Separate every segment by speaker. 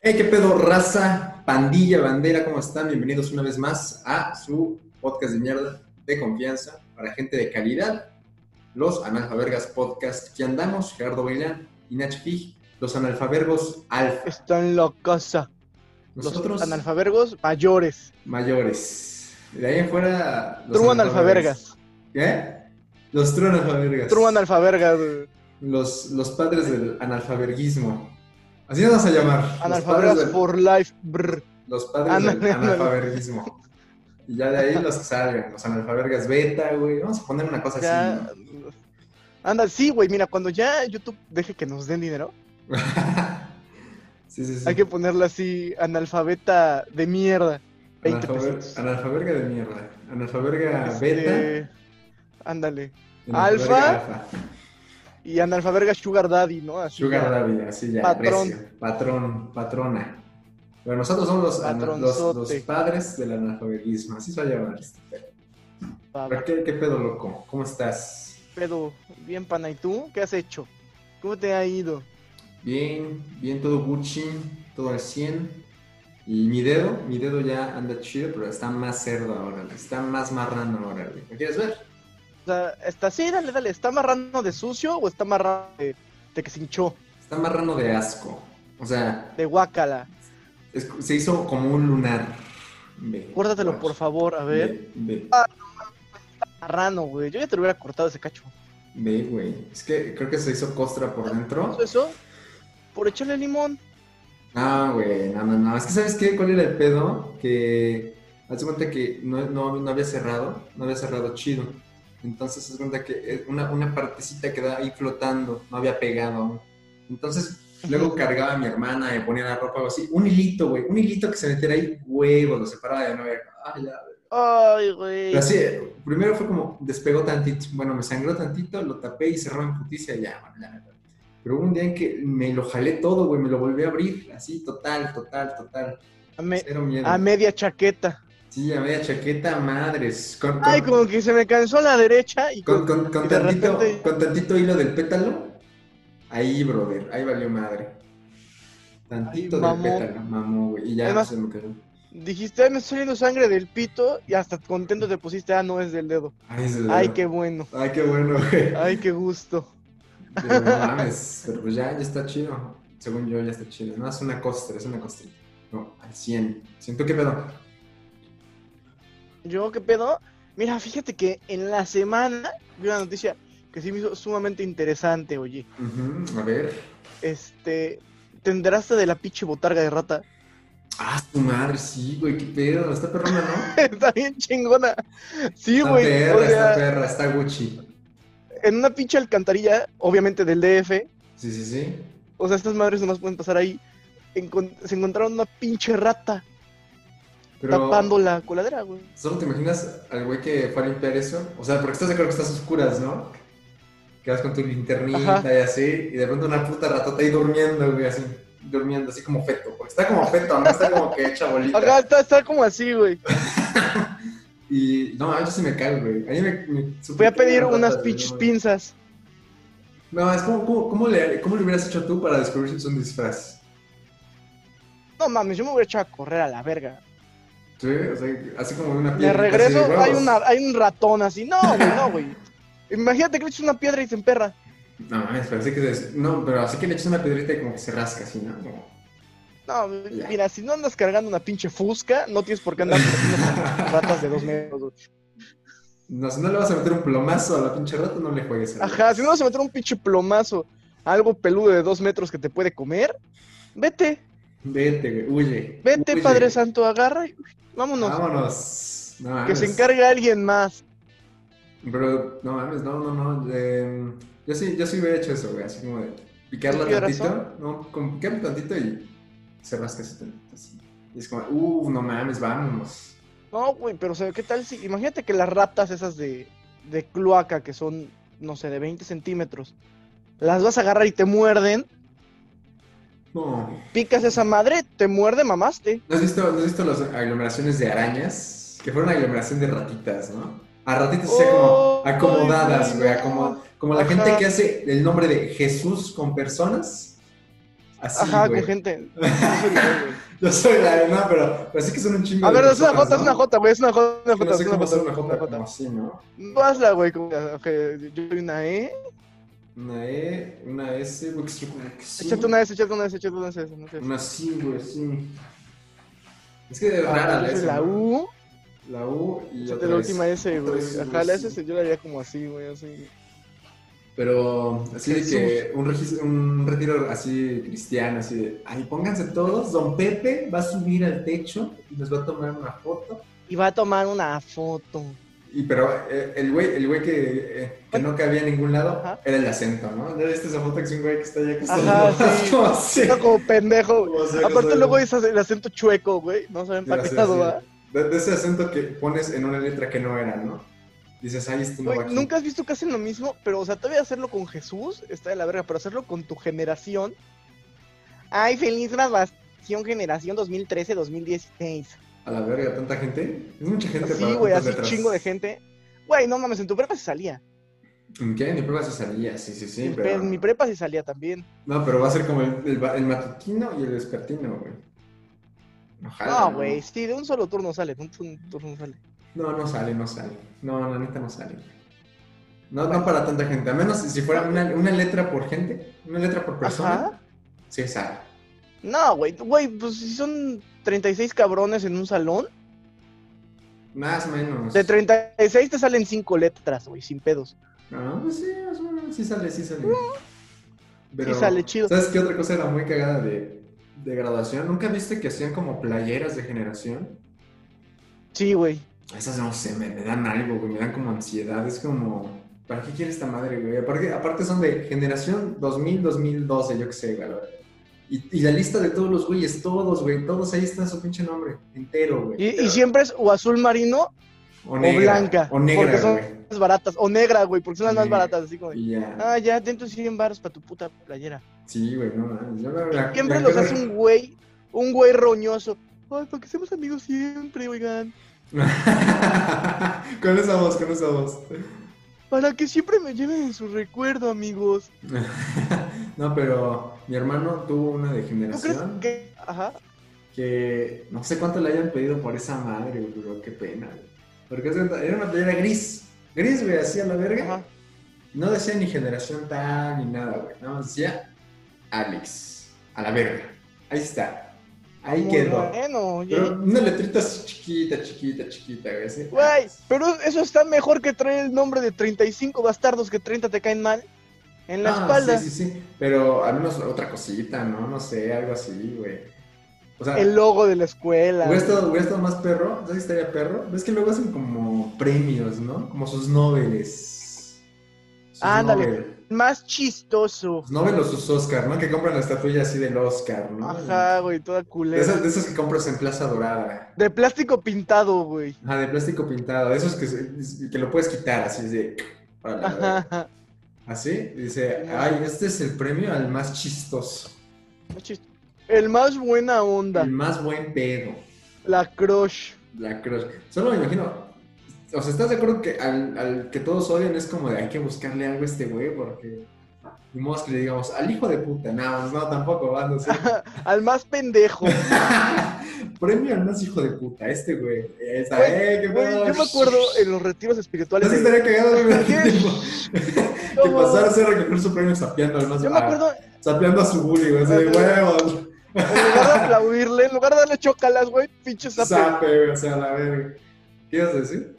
Speaker 1: Hey, qué pedo, raza, pandilla, bandera, ¿cómo están? Bienvenidos una vez más a su podcast de mierda de confianza para gente de calidad, los Analfabergas Podcast. que andamos, Gerardo Bailán y Nach Fig, los Analfabergos Alfa.
Speaker 2: Están locos.
Speaker 1: Nosotros
Speaker 2: Los analfabergos mayores.
Speaker 1: mayores. De ahí en fuera. los
Speaker 2: True analfabergas.
Speaker 1: ¿Qué? Los true analfabergas.
Speaker 2: True analfabergas. eh, güey.
Speaker 1: los, los padres del analfaberguismo. Así nos vas a llamar. los padres
Speaker 2: Analfabergas
Speaker 1: del-
Speaker 2: for life. brr.
Speaker 1: Los padres
Speaker 2: Ándale,
Speaker 1: del
Speaker 2: ándale.
Speaker 1: analfaberguismo. Y ya de ahí los que salgan, los analfabergas beta, güey. Vamos a poner una cosa
Speaker 2: Ya.
Speaker 1: así.
Speaker 2: Anda, sí, güey. Mira, cuando ya YouTube deje que nos den dinero,
Speaker 1: ¿no? sí, sí, sí.
Speaker 2: hay que ponerle así analfabeta de mierda. 20
Speaker 1: Analfaber-
Speaker 2: pesos.
Speaker 1: Analfaberga de mierda. Analfaberga beta.
Speaker 2: Este, ándale.
Speaker 1: analfaberga
Speaker 2: alfa. Y analfaberga sugar daddy, ¿no? Así,
Speaker 1: Sugar
Speaker 2: ya.
Speaker 1: Daddy, así ya.
Speaker 2: Patrón.
Speaker 1: recio. Patrón, patrona. Pero nosotros somos los, ana- los, los
Speaker 2: Patronzote.
Speaker 1: padres del analfaberguismo. Así se va a llamar este pedo.
Speaker 2: Pa-
Speaker 1: Raquel, qué pedo loco, ¿cómo estás?
Speaker 2: Pedo. Bien, pana. ¿Y tú? ¿Qué has hecho? ¿Cómo te ha ido?
Speaker 1: Bien, bien, todo Gucci, todo al 100. Y mi dedo, mi dedo ya anda chido, pero está más cerdo ahora, güey, está más marrano ahora, güey. ¿Me quieres ver?
Speaker 2: O sea, está así, dale, dale. ¿Está amarrando de sucio o está amarrando de, de que se hinchó?
Speaker 1: Está marrano de asco. O sea,
Speaker 2: De guácala.
Speaker 1: es- se hizo como un lunar. Ve,
Speaker 2: Córtatelo,
Speaker 1: Pues,
Speaker 2: por favor, a ver.
Speaker 1: Ve,
Speaker 2: Marrano, güey. Yo ya te lo hubiera cortado ese cacho.
Speaker 1: ve, ve, güey. Es que creo que se hizo costra por dentro.
Speaker 2: ¿Eso, eso? Por echarle limón.
Speaker 1: No, güey, no, no, no. Es que, ¿sabes qué? ¿Cuál era el pedo? Que, haz de cuenta que no, no, no había cerrado, no había cerrado chido. Entonces, haz de cuenta que eh, una, una partecita quedaba ahí flotando, no había pegado aún. Entonces, luego cargaba a mi hermana, me ponía la ropa o así. Un hilito, güey, un hilito que se metiera ahí, huevo, lo separaba de nuevo. Ah, ya.
Speaker 2: Ay, güey.
Speaker 1: Pero así, primero fue como, despegó tantito, bueno, me sangró tantito, lo tapé y cerró en puticia, ya, bueno, ya. Pero hubo un día en que me lo jalé todo, güey, me lo volví a abrir, así, total, total, total.
Speaker 2: A, me-
Speaker 1: Cero miedo.
Speaker 2: a media chaqueta.
Speaker 1: Sí, a media chaqueta, madres. Con, con,
Speaker 2: Ay, como que se me cansó la derecha y
Speaker 1: con- con- con
Speaker 2: y de
Speaker 1: tantito,
Speaker 2: repente-
Speaker 1: con tantito hilo del pétalo, ahí, brother, ahí valió madre. Tantito
Speaker 2: Ahí
Speaker 1: del
Speaker 2: mamó.
Speaker 1: pétalo, mamó, güey, y ya
Speaker 2: Además-
Speaker 1: se me cayó.
Speaker 2: dijiste, ay, me está saliendo sangre del pito y hasta contento te pusiste, ah, no es del dedo.
Speaker 1: Ay, se le-
Speaker 2: Ay, qué bueno.
Speaker 1: Ay, qué bueno, güey.
Speaker 2: Ay, qué gusto.
Speaker 1: Pero no mames, pero pues ya, ya está chido. Según yo, ya está chido. No, es una costra, es una costrita. No, al 100. Siento que pedo.
Speaker 2: Yo, ¿qué pedo? Mira, fíjate que en la semana vi una noticia que sí me hizo sumamente interesante, oye.
Speaker 1: Ujú, a ver.
Speaker 2: Este, te enteraste de la pinche botarga de rata.
Speaker 1: Ah, su madre, sí, güey, qué pedo. Está perrona, ¿no?
Speaker 2: está bien chingona. Sí,
Speaker 1: Está
Speaker 2: güey.
Speaker 1: perra,
Speaker 2: O
Speaker 1: está
Speaker 2: sea,
Speaker 1: perra, está Gucci.
Speaker 2: en una pinche alcantarilla, obviamente del DF,
Speaker 1: Sí, sí, sí.
Speaker 2: o sea, estas madres nomás pueden pasar ahí. Encon- se encontraron una pinche rata
Speaker 1: Pero
Speaker 2: tapando la coladera, güey.
Speaker 1: solo te imaginas al güey que fue a limpiar eso. O sea, porque estás de acuerdo que estás a oscuras, ¿no? Que vas con tu linternita
Speaker 2: Ajá.
Speaker 1: y así, y de pronto una puta ratota ahí durmiendo, güey, así, durmiendo, así como feto. Porque está como feto, no está como que hecha bolita.
Speaker 2: Acá está, está como así, güey.
Speaker 1: Y no, yo sí me cago, güey. A mí me, me-
Speaker 2: Voy a pedir
Speaker 1: No,
Speaker 2: unas
Speaker 1: no,
Speaker 2: pinches
Speaker 1: no.
Speaker 2: pinzas.
Speaker 1: No, es como, como- ¿cómo, le, ¿cómo le hubieras hecho tú para descubrir si es un disfraz?
Speaker 2: No mames, yo me hubiera echado a correr a la verga.
Speaker 1: ¿Sí? O sea, así como una
Speaker 2: De
Speaker 1: piedra.
Speaker 2: regreso hay, una, hay un ratón así. No, güey, no, güey. Imagínate que le eches una piedra y se emperra.
Speaker 1: No, mames, pero así que des- No, pero así que le echas una piedrita y como que se rasca así, ¿no? Como-
Speaker 2: No,
Speaker 1: Ya.
Speaker 2: mira, si no andas cargando una pinche fusca, no tienes por qué andar cargando ratas de dos metros. güey.
Speaker 1: No, si no le vas a meter un plomazo a la pinche rata, no le juegues. a la-
Speaker 2: Ajá, si no vas a meter un pinche plomazo, algo peludo de dos metros que te puede comer, vete,
Speaker 1: Vete, güey, huye.
Speaker 2: vete,
Speaker 1: huye.
Speaker 2: Padre Santo, agarra y vámonos.
Speaker 1: Vámonos. No, Ah,
Speaker 2: que
Speaker 1: mames.
Speaker 2: se encargue alguien más.
Speaker 1: Pero, no mames, no, no, no. eh, yo sí, yo sí hubiera hecho eso, güey. Así como de picarla
Speaker 2: ¿Sí, qué
Speaker 1: tantito.
Speaker 2: razón?
Speaker 1: No, como picarla tantito y se rasca así tantito. así. Y es como, uh, no mames, vámonos.
Speaker 2: No, güey, pero o sea, ¿qué tal si? Imagínate que las ratas esas de, de cloaca, que son, no sé, de 20 centímetros, las vas a agarrar y te muerden,
Speaker 1: No.
Speaker 2: picas esa madre, te muerde, mamaste.
Speaker 1: ¿No has visto, no has visto las aglomeraciones de arañas? Que fueron aglomeración de ratitas, ¿no? A ratitas o sea, como
Speaker 2: Oh,
Speaker 1: acomodadas,
Speaker 2: ay,
Speaker 1: güey.
Speaker 2: no.
Speaker 1: Como, como la
Speaker 2: Ajá.
Speaker 1: gente que hace el nombre de Jesús con personas. Así,
Speaker 2: Ajá,
Speaker 1: güey.
Speaker 2: con gente. Eso sería, güey.
Speaker 1: Yo soy la arena, pero, pero sí que son un chingo
Speaker 2: A
Speaker 1: de
Speaker 2: ver, es una
Speaker 1: personas,
Speaker 2: jota, es
Speaker 1: ¿no?
Speaker 2: una jota, güey, es una jota, es una
Speaker 1: Que
Speaker 2: jota,
Speaker 1: No sé
Speaker 2: es una
Speaker 1: cómo hacer
Speaker 2: jota,
Speaker 1: una
Speaker 2: es una
Speaker 1: jota como
Speaker 2: jota.
Speaker 1: así, ¿no?
Speaker 2: No hazla, güey, como que yo soy una E.
Speaker 1: Una E, una S, güey, que es como que sí.
Speaker 2: Échate una E. S, échate una S, échate una S. No sé.
Speaker 1: Una sí, güey, sí. Es que es rara
Speaker 2: Ah,
Speaker 1: la
Speaker 2: yo
Speaker 1: S.
Speaker 2: soy La
Speaker 1: ¿no?
Speaker 2: U,
Speaker 1: La U y
Speaker 2: échate
Speaker 1: otra
Speaker 2: la
Speaker 1: S.
Speaker 2: última E. S,
Speaker 1: Otra
Speaker 2: güey.
Speaker 1: S,
Speaker 2: Ajá, la S
Speaker 1: sí.
Speaker 2: se- yo la haría como así, güey, así.
Speaker 1: Pero así de que un, regis- un retiro así cristiano, así de, ahí pónganse todos, don Pepe va a subir al techo y nos va a tomar una foto.
Speaker 2: Y va a tomar una foto.
Speaker 1: Y pero eh, el güey, el güey que, eh, que no cabía en ningún lado
Speaker 2: Ajá.
Speaker 1: era el acento, ¿no? Ya viste esa foto que es un güey que está allá
Speaker 2: Ajá, sí.
Speaker 1: acostado. así.
Speaker 2: Está como pendejo, güey.
Speaker 1: O sea, que
Speaker 2: Aparte
Speaker 1: soy-
Speaker 2: luego dices el acento chueco, güey. No saben
Speaker 1: Sí,
Speaker 2: para
Speaker 1: sí,
Speaker 2: qué
Speaker 1: sí.
Speaker 2: lado va.
Speaker 1: De, de ese acento que pones en una letra que no era, ¿no? Dices, ay, este no
Speaker 2: Güey,
Speaker 1: va aquí.
Speaker 2: nunca has visto que hacen lo mismo, pero, o sea, todavía hacerlo con Jesús está de la verga, pero hacerlo con tu generación. Ay, feliz graduación, generación 2013-2016.
Speaker 1: A la verga, tanta gente. Es mucha gente
Speaker 2: Sí, güey,
Speaker 1: tantas
Speaker 2: así
Speaker 1: letras.
Speaker 2: chingo de gente. Güey, no mames, en tu prepa se salía.
Speaker 1: ¿En qué? Ni prueba se salía, sí, sí, sí.
Speaker 2: en,
Speaker 1: Pero...
Speaker 2: pre- en mi prepa se salía también.
Speaker 1: No, pero va a ser como el, el va- el matutino y el vespertino, güey. Ojalá.
Speaker 2: No, güey, sí, de un solo turno sale, de un tu- turno sale.
Speaker 1: No, no sale, no sale. No, la neta no sale. No, no para tanta gente. A menos si fuera una, una letra por gente, una letra por persona,
Speaker 2: Ah. Ajá.
Speaker 1: sí sale.
Speaker 2: No, güey, güey, pues si son 36 cabrones en un salón,
Speaker 1: Más o menos.
Speaker 2: de 36 te salen 5 letras, güey, sin pedos.
Speaker 1: No, pues sí, más o menos, sí sale, sí sale.
Speaker 2: Sí sale chido.
Speaker 1: ¿Sabes qué otra cosa era muy cagada de, de graduación? ¿Nunca viste que hacían como playeras de generación?
Speaker 2: Sí, güey.
Speaker 1: Esas no sé, me, me dan algo, güey, me dan como ansiedad. Es como, ¿para qué quiere esta madre, güey? Aparte, aparte son de generación 2000, 2012, yo qué sé, güey. la verdad. Y, y la lista de todos los güeyes, todos, güey, todos ahí está su pinche nombre, entero, güey.
Speaker 2: Y, y siempre es o azul marino
Speaker 1: o,
Speaker 2: blanca,
Speaker 1: O negra,
Speaker 2: porque son-
Speaker 1: güey.
Speaker 2: más baratas, o negra, güey, porque son las más
Speaker 1: Negra.
Speaker 2: baratas, así como de,
Speaker 1: Y ya.
Speaker 2: ah, ya, ten tus 100 baros para tu puta playera.
Speaker 1: Sí, güey, no mames. yo la- la-
Speaker 2: Siempre
Speaker 1: la
Speaker 2: los
Speaker 1: cara-
Speaker 2: hace un güey, un güey roñoso. Ay, porque seamos amigos siempre, oigan.
Speaker 1: con esa voz, con esa voz.
Speaker 2: Para que siempre me lleven en su recuerdo, amigos.
Speaker 1: no, pero mi hermano tuvo una de
Speaker 2: ¿Tú crees
Speaker 1: generación que...
Speaker 2: que.? Ajá.
Speaker 1: no sé cuánto le hayan pedido por esa madre, güey, pero qué pena, güey. Porque haz de cuenta, era una playera gris. Gris, güey, así a la verga.
Speaker 2: Ajá.
Speaker 1: No decía ni generación tal ni nada, güey. Nada más decía Alex. A la verga. Ahí está. Ahí
Speaker 2: Muy
Speaker 1: quedó.
Speaker 2: Bueno, oye.
Speaker 1: Pero una letrita así chiquita, chiquita, chiquita, güey. así,
Speaker 2: Güey, pero eso está mejor que traer el nombre de 35 bastardos que 30 te caen mal en la
Speaker 1: Ah,
Speaker 2: espalda.
Speaker 1: Sí, sí, sí. Pero al menos otra cosita, ¿no? No sé, algo así, güey. O sea,
Speaker 2: El logo de la escuela.
Speaker 1: hubiera, estado, hubiera estado más perro. ¿Sabes qué estaría perro? Ves que luego hacen como premios, ¿no? Como sus noveles. Sus
Speaker 2: Ah, Ándale.
Speaker 1: Nobel.
Speaker 2: Más chistoso.
Speaker 1: Sus Nobel o sus Oscar, ¿no? Que compran la estatuilla así del Oscar, ¿no?
Speaker 2: Ajá, güey, toda
Speaker 1: De
Speaker 2: culera.
Speaker 1: esas, de esas que compras en Plaza Dorada.
Speaker 2: De plástico pintado, güey.
Speaker 1: Ajá, de plástico pintado. De esos que, se- que lo puedes quitar, así es de. para la-
Speaker 2: Ajá.
Speaker 1: Así. y Dice, ay, este es el premio al más chistoso.
Speaker 2: Más chist- El más buena onda.
Speaker 1: El más buen pedo.
Speaker 2: La crush.
Speaker 1: La crush. Solo me imagino. O sea, ¿estás de acuerdo que al, al que todos odian es como de hay que buscarle algo a este güey? Porque. Ni modo que le digamos, al hijo de puta. No, pues no, tampoco, va, no sé.
Speaker 2: Al más pendejo.
Speaker 1: Premio al más hijo de puta, este güey. Esa,
Speaker 2: Güey,
Speaker 1: eh, qué
Speaker 2: Güey,
Speaker 1: pedo.
Speaker 2: yo me acuerdo en los retiros
Speaker 1: No
Speaker 2: espirituales.
Speaker 1: se
Speaker 2: de-
Speaker 1: estaría cagado güey,
Speaker 2: ¿Qué?
Speaker 1: tipo, que
Speaker 2: ¿Cómo?
Speaker 1: pasara a ser recoger su premio sapeando al más.
Speaker 2: Yo me
Speaker 1: a-
Speaker 2: acuerdo,
Speaker 1: Sapeando a su bully, güey. Así de huevos.
Speaker 2: en lugar de aplaudirle, en lugar de darle chocalas, güey, pinche sape.
Speaker 1: Sape, güey, o sea, la verga. ¿Qué ibas a decir?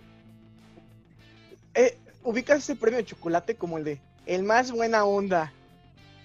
Speaker 2: Eh, ubicas ese premio de chocolate como el de el más buena onda.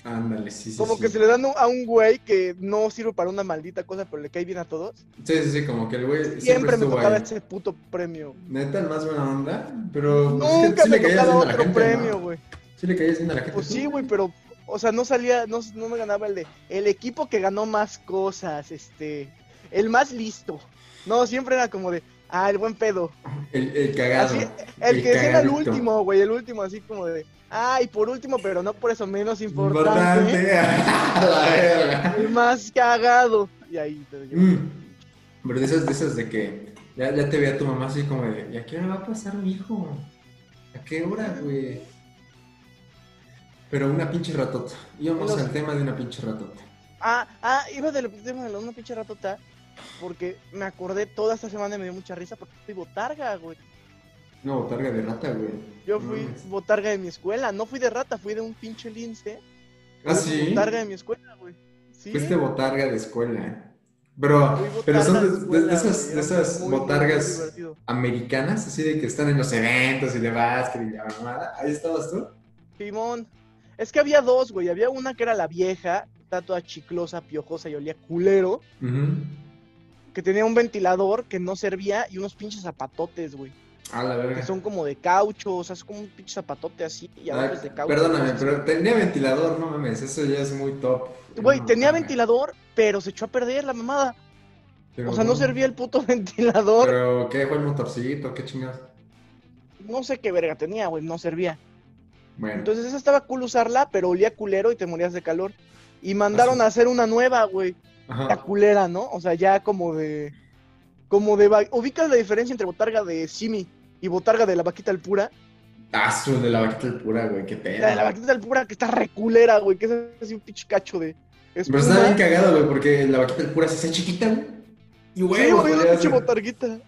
Speaker 1: Ándale, sí, sí.
Speaker 2: como
Speaker 1: sí.
Speaker 2: que se le dan a un güey que no sirve para una maldita cosa, pero le cae bien a todos.
Speaker 1: Sí, sí, sí, como que el güey siempre,
Speaker 2: Siempre, me
Speaker 1: estuvo
Speaker 2: tocaba
Speaker 1: ahí.
Speaker 2: ese puto premio.
Speaker 1: Neta, el más buena onda, pero pues, es que
Speaker 2: Nunca
Speaker 1: sí
Speaker 2: me
Speaker 1: le caías
Speaker 2: tocaba
Speaker 1: bien a la
Speaker 2: otro
Speaker 1: gente,
Speaker 2: premio,
Speaker 1: ¿no?
Speaker 2: güey.
Speaker 1: Sí le caías bien a la gente.
Speaker 2: Pues sí,
Speaker 1: tú.
Speaker 2: güey, pero, o sea, no salía, no, no me ganaba el de el equipo que ganó más cosas, este, el más listo. No, siempre era como de, ah, el buen pedo.
Speaker 1: El, el cagado.
Speaker 2: Así, El, que decía era el
Speaker 1: cagadito.
Speaker 2: último, güey, el último, así como de, ay, por último, pero no por eso menos importante. ¿eh?
Speaker 1: Importante. a la verga.
Speaker 2: El más cagado. Y ahí te digo,
Speaker 1: Mm. Pero de esas, de esas de que ya, ya te veía tu mamá así como de, ¿y a qué hora va a pasar mi hijo? ¿A qué hora, güey? Pero una pinche ratota. Íbamos
Speaker 2: Los-
Speaker 1: al tema de una pinche ratota.
Speaker 2: Ah, ah, iba del tema de la una pinche ratota. Porque me acordé toda esta semana y me dio mucha risa porque fui botarga, güey.
Speaker 1: No, botarga de rata, güey.
Speaker 2: Yo fui
Speaker 1: mames.
Speaker 2: botarga de mi escuela. No fui de rata, fui de un pinche lince.
Speaker 1: Ah, sí.
Speaker 2: Botarga de mi escuela, güey. Sí.
Speaker 1: Fuiste botarga de escuela. ¿eh? Bro,
Speaker 2: Fui botarga
Speaker 1: pero son
Speaker 2: de
Speaker 1: de- de,
Speaker 2: escuela,
Speaker 1: de esas,
Speaker 2: güey,
Speaker 1: de
Speaker 2: era
Speaker 1: esas
Speaker 2: muy, muy, muy
Speaker 1: botargas
Speaker 2: divertido.
Speaker 1: americanas, así de que están en los eventos y de básquet y la mamada. Ahí estabas tú.
Speaker 2: Simón. Es que había dos, güey. Había una que era la vieja, está toda chiclosa, piojosa y olía culero.
Speaker 1: Ujú.
Speaker 2: Que tenía un ventilador que no servía y unos pinches zapatotes, güey.
Speaker 1: A la
Speaker 2: Que
Speaker 1: verga.
Speaker 2: son como de caucho, o sea, es como un pinche zapatote así y
Speaker 1: Ah,
Speaker 2: a veces de caucho.
Speaker 1: Perdóname,
Speaker 2: no sé.
Speaker 1: pero tenía ventilador, no mames, eso ya es muy top.
Speaker 2: Güey,
Speaker 1: No,
Speaker 2: tenía
Speaker 1: mames.
Speaker 2: ventilador, pero se echó a perder la mamada.
Speaker 1: Pero-
Speaker 2: O sea, no servía el puto ventilador.
Speaker 1: Pero qué buen motorcito, qué chingados.
Speaker 2: No sé qué verga tenía, güey, no servía.
Speaker 1: Bueno,
Speaker 2: Entonces esa estaba cool usarla, pero olía culero y te morías de calor. Y mandaron a hacer una nueva, güey. La
Speaker 1: ajá.
Speaker 2: culera, ¿no? O sea, ya como de. Como de. va- ¿Ubicas la diferencia entre botarga de Simi y botarga de la vaquita al pura?
Speaker 1: Tazo de la vaquita del pura, güey, qué pedo.
Speaker 2: La de la vaquita al pura que está reculera, güey, que es así un pinche cacho de.
Speaker 1: Pero
Speaker 2: espuma.
Speaker 1: está bien cagado, güey, porque la vaquita del pura se hacía chiquita, güey. Y
Speaker 2: Sí,
Speaker 1: huevos,
Speaker 2: güey, una
Speaker 1: salía,
Speaker 2: pinche
Speaker 1: güey.
Speaker 2: botarguita.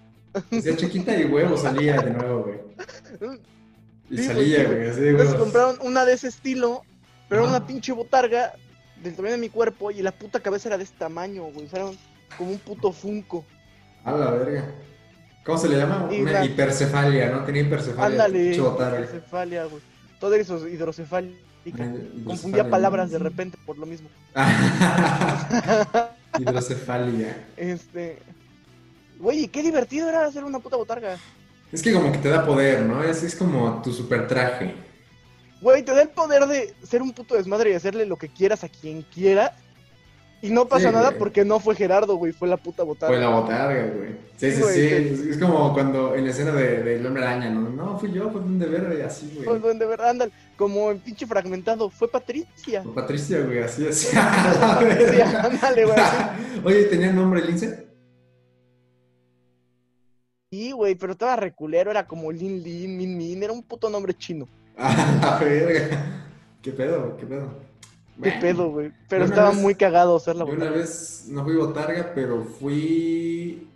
Speaker 1: Se hacía chiquita y huevos salía de nuevo, güey. Y
Speaker 2: Sí,
Speaker 1: salía,
Speaker 2: güey, sí,
Speaker 1: güey, así de huevos.
Speaker 2: Entonces compraron una de ese estilo, pero era
Speaker 1: Ajá.
Speaker 2: una pinche botarga del tamaño de mi cuerpo y la puta cabeza era de este tamaño, güey. O sea, era un- como un puto funko.
Speaker 1: A la verga. ¿Cómo se le llama?
Speaker 2: Y
Speaker 1: Una
Speaker 2: la-
Speaker 1: hipercefalia, ¿no? Tenía hipercefalia.
Speaker 2: Ándale,
Speaker 1: Chotar, güey.
Speaker 2: hidrocefalia, güey. Todo eso, hidrocefálica. Confundía
Speaker 1: Hipercefalia,
Speaker 2: palabras
Speaker 1: ¿no?
Speaker 2: de repente por lo mismo.
Speaker 1: Hidrocefalia.
Speaker 2: Este. Güey, y qué divertido era hacer una puta botarga.
Speaker 1: Es que como que te da poder, ¿no? Es, es como tu super traje.
Speaker 2: Güey, te da el poder de ser un puto desmadre y hacerle lo que quieras a quien quiera. Y no pasa
Speaker 1: Sí,
Speaker 2: nada
Speaker 1: güey.
Speaker 2: porque no fue Gerardo, güey, fue la puta botarga.
Speaker 1: Fue la botarga, güey. Sí,
Speaker 2: Sí,
Speaker 1: sí,
Speaker 2: güey,
Speaker 1: sí.
Speaker 2: sí.
Speaker 1: Es, es como cuando en la escena de, del hombre araña, ¿no? No, fui yo, fue un de verde, así,
Speaker 2: Fue el
Speaker 1: güey.
Speaker 2: duende verde, ándale, como en pinche fragmentado, fue Patricia.
Speaker 1: Con Patricia, güey, así, así.
Speaker 2: Sí, ándale, güey. así.
Speaker 1: Oye, ¿tenía nombre Lince?
Speaker 2: Sí, güey, pero estaba reculero, era como Lin Lin, Min Min, era un puto nombre chino.
Speaker 1: Ah, la verga. ¿Qué pedo? ¿Qué pedo?
Speaker 2: Qué
Speaker 1: Bueno.
Speaker 2: pedo, güey. Pero
Speaker 1: una
Speaker 2: estaba
Speaker 1: vez-
Speaker 2: muy cagado hacer la
Speaker 1: Yo una
Speaker 2: botarga.
Speaker 1: vez no fui botarga, pero fui.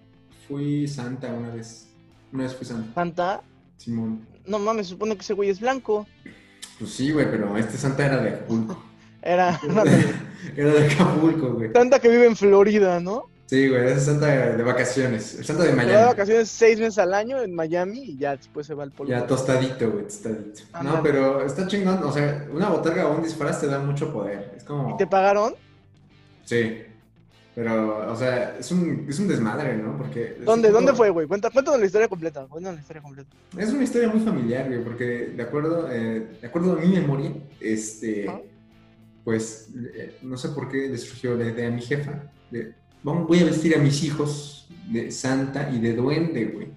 Speaker 1: Fui santa una vez. Una vez fui santa,
Speaker 2: Santa,
Speaker 1: Simón.
Speaker 2: no mames, se supone que ese güey es blanco.
Speaker 1: Pues sí, güey, pero este santa era de Acapulco.
Speaker 2: Era
Speaker 1: era de Acapulco, güey.
Speaker 2: Santa que vive en Florida, ¿no?
Speaker 1: Sí, güey, ese santa de vacaciones. El santa de
Speaker 2: Se va de
Speaker 1: Miami.
Speaker 2: vacaciones seis meses al año en Miami y ya después se va al polo.
Speaker 1: Ya tostadito, güey, tostadito.
Speaker 2: Ándale.
Speaker 1: No, pero está chingón. O sea, una botarga o un disfraz te da mucho poder. Es como.
Speaker 2: ¿Y te pagaron?
Speaker 1: Sí. Pero, o sea, es un, es un desmadre, ¿no? Porque. es
Speaker 2: ¿Dónde?
Speaker 1: un
Speaker 2: ¿Dónde
Speaker 1: puto-
Speaker 2: fue, güey? Cuenta- Cuéntanos la historia completa. Cuéntanos la historia completa.
Speaker 1: Es una historia muy familiar, güey, porque de acuerdo, eh, de acuerdo a mi memoria, este,
Speaker 2: Ajá.
Speaker 1: pues eh, no sé por qué le surgió la idea a mi jefa. De, vamos, voy a vestir a mis hijos de santa y de duende, güey.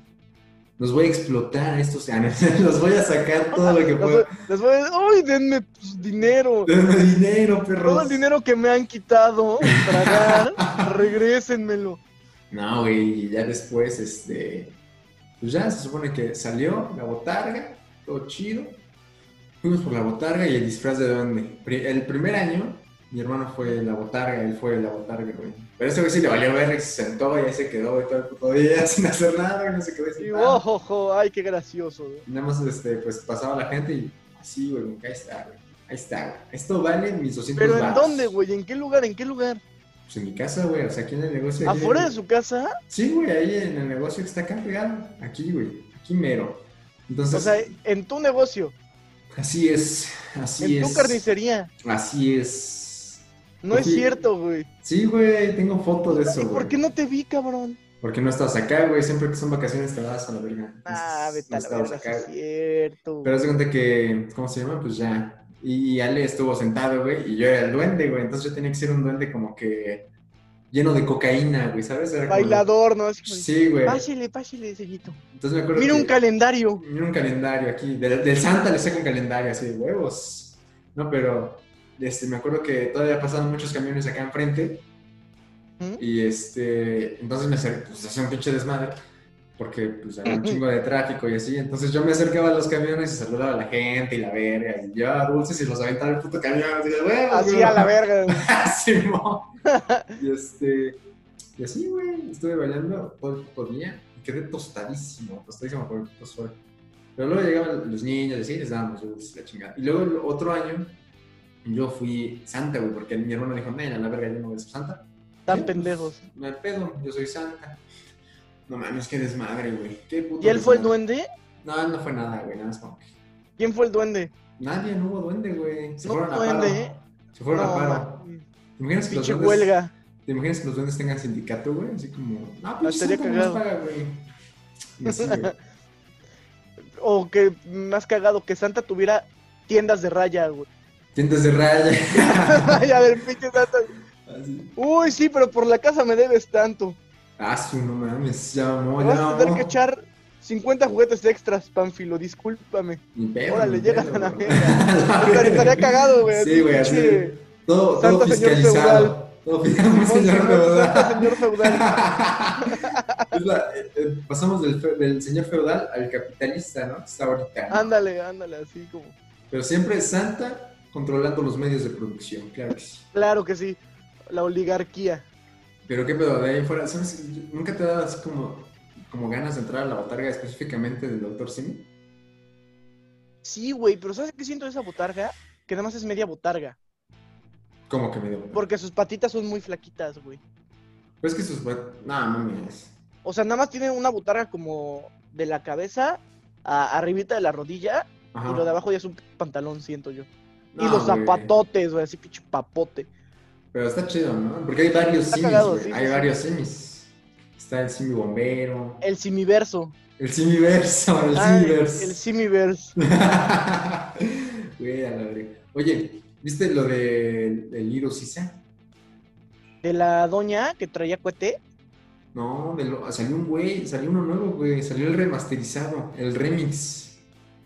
Speaker 1: Los voy a explotar a estos, ah, no, los voy a sacar todo lo que pueda.
Speaker 2: Después, ¡ay, denme pues, dinero!
Speaker 1: Denme dinero, perros.
Speaker 2: Todo el dinero que me han quitado para dar, regrésenmelo.
Speaker 1: No, güey, y ya después, este, pues ya se supone que salió la botarga, todo chido. Fuimos por la botarga y el disfraz de duende. Pri- El primer año, mi hermano fue la botarga, él fue la botarga, güey. Pero ese güey sí le valió ver, se sentó y ahí se quedó güey, todo el puto día sin hacer nada, güey, no se quedó ahí
Speaker 2: Y
Speaker 1: sentado.
Speaker 2: ojo, ojo, ay, qué gracioso. güey.
Speaker 1: Nada más, este, pues pasaba la gente y así, güey, como que ahí está, güey. Ahí está, güey. Esto vale mis 200
Speaker 2: Pero ¿en
Speaker 1: varos.
Speaker 2: dónde, güey? ¿En qué lugar? ¿En qué lugar?
Speaker 1: Pues en mi casa, güey, o sea, aquí en el negocio. aquí en
Speaker 2: ¿Afuera
Speaker 1: el-
Speaker 2: de su casa?
Speaker 1: Sí, güey, ahí en el negocio que está acá pegado. Aquí, güey. Aquí mero. Entonces,
Speaker 2: O sea, en tu negocio,
Speaker 1: así es. Así
Speaker 2: en
Speaker 1: es.
Speaker 2: tu carnicería.
Speaker 1: Así es.
Speaker 2: No es
Speaker 1: Sí.
Speaker 2: cierto, güey.
Speaker 1: Sí, güey, tengo fotos de eso,
Speaker 2: ¿Y
Speaker 1: güey.
Speaker 2: por qué no te vi, cabrón?
Speaker 1: Porque no estás acá, güey. Siempre que son vacaciones te vas a la verga.
Speaker 2: Ah,
Speaker 1: No
Speaker 2: vete a la
Speaker 1: estabas
Speaker 2: verga, sí
Speaker 1: acá,
Speaker 2: es
Speaker 1: güey.
Speaker 2: cierto.
Speaker 1: Pero haz de cuenta que, ¿cómo se llama? Pues ya. Y Ale estuvo sentado, güey, y yo era el duende, güey. Entonces yo tenía que ser un duende como que lleno de cocaína, güey, ¿sabes? Era como-
Speaker 2: Bailador, ¿no? Así como,
Speaker 1: Sí, güey.
Speaker 2: Pásele, pásele, sellito.
Speaker 1: Entonces me acuerdo
Speaker 2: Mira un
Speaker 1: que-
Speaker 2: calendario.
Speaker 1: Mira un calendario aquí. Del, del Santa le saca un calendario así de huevos. No, pero este, me acuerdo que todavía pasaban muchos camiones acá enfrente.
Speaker 2: ¿Mm?
Speaker 1: Y este, entonces me acerqué, pues hacía un pinche desmadre. porque pues había un chingo de tráfico y así. Entonces yo me acercaba a los camiones y saludaba a la gente y la verga, y ya dulces y los aventaba el puto camión. Y yo, "Güey,
Speaker 2: Así
Speaker 1: güey".
Speaker 2: a la verga. güey.
Speaker 1: Simón. Y este. Y así, güey, estuve bailando todo el puto día. y Quedé tostadísimo, tostadísimo por el puto sol. Pero luego llegaban los niños y así, les dábamos dulces, la chingada. Y luego el otro año, yo fui santa, güey, porque mi hermano dijo, nena, la verga, yo no voy a ser santa.
Speaker 2: Tan pendejos.
Speaker 1: No hay pedo, yo soy santa. No mames, qué desmadre, güey. qué puto
Speaker 2: ¿Y él fue el
Speaker 1: desmadre.
Speaker 2: duende?
Speaker 1: No, no fue nada, güey, nada más como que-
Speaker 2: ¿Quién fue el duende?
Speaker 1: Nadie, no hubo duende, güey. Se
Speaker 2: No
Speaker 1: fueron a
Speaker 2: hubo
Speaker 1: paro.
Speaker 2: duende, ¿eh?
Speaker 1: Se fueron a paro.
Speaker 2: mames.
Speaker 1: ¿Te imaginas que los
Speaker 2: Pinche
Speaker 1: duendes-
Speaker 2: huelga.
Speaker 1: ¿Te imaginas que los duendes tengan sindicato, güey? Así como, no,
Speaker 2: No,
Speaker 1: pues
Speaker 2: Ah, estaría
Speaker 1: Santa no nos
Speaker 2: cagado.
Speaker 1: paga, güey. Y así, güey.
Speaker 2: O que más cagado, que Santa tuviera tiendas de raya, güey.
Speaker 1: Tiendas de raya. Ah,
Speaker 2: Raya del pinche Santa.
Speaker 1: Así.
Speaker 2: Uy, sí, pero por la casa me debes tanto.
Speaker 1: Ah, su no mames, ya mamó,
Speaker 2: Me
Speaker 1: ya
Speaker 2: vas a tener
Speaker 1: mamó.
Speaker 2: que echar 50 juguetes extras, Panfilo, discúlpame.
Speaker 1: Ni pedo,
Speaker 2: Órale,
Speaker 1: ni
Speaker 2: llegas
Speaker 1: pedo,
Speaker 2: a la
Speaker 1: güey.
Speaker 2: verga. Pero estaría cagado, güey.
Speaker 1: Sí, güey, así.
Speaker 2: Pinche-
Speaker 1: Todo, todo
Speaker 2: Santa señor
Speaker 1: fiscalizado. Todo fiscalizado,
Speaker 2: Simón,
Speaker 1: señor
Speaker 2: Simón,
Speaker 1: feudal.
Speaker 2: Santa señor feudal.
Speaker 1: Es la- eh, eh, pasamos del, fe- del señor feudal al capitalista, ¿no? Está ahorita. ¿no?
Speaker 2: Ándale, ándale, así como.
Speaker 1: Pero siempre Santa controlando los medios de producción, claro que sí.
Speaker 2: Claro que sí, la oligarquía.
Speaker 1: Pero qué pedo, de ahí fuera, ¿sabes? ¿Nunca te ha dado así como, como ganas de entrar a la botarga específicamente del Doctor Simi?
Speaker 2: Sí, güey, pero ¿sabes qué siento de esa botarga? Que nada más es media botarga.
Speaker 1: Como que me dio.
Speaker 2: Porque sus patitas son muy flaquitas, güey.
Speaker 1: Pues que sus. No, mames.
Speaker 2: O sea, nada más tiene una botarga como de la cabeza a arribita de la rodilla
Speaker 1: Ajá.
Speaker 2: y lo de abajo ya es un pantalón, siento yo.
Speaker 1: No,
Speaker 2: y los
Speaker 1: güey.
Speaker 2: zapatotes, güey, así pinche papote.
Speaker 1: Pero está chido, ¿no? Porque hay varios
Speaker 2: Está
Speaker 1: simis,
Speaker 2: cagado,
Speaker 1: güey.
Speaker 2: sí,
Speaker 1: hay
Speaker 2: sí, sí.
Speaker 1: varios simis. Está el simi bombero,
Speaker 2: El simiverso.
Speaker 1: el simiverso, el
Speaker 2: Ah, el,
Speaker 1: simiverso.
Speaker 2: el simiverso.
Speaker 1: Güey, a la verga. Oye, ¿viste lo del de, Hiro Sisa?
Speaker 2: De la doña que traía cohete.
Speaker 1: No, de lo- salió un güey, salió uno nuevo, güey. Salió el remasterizado, el remix.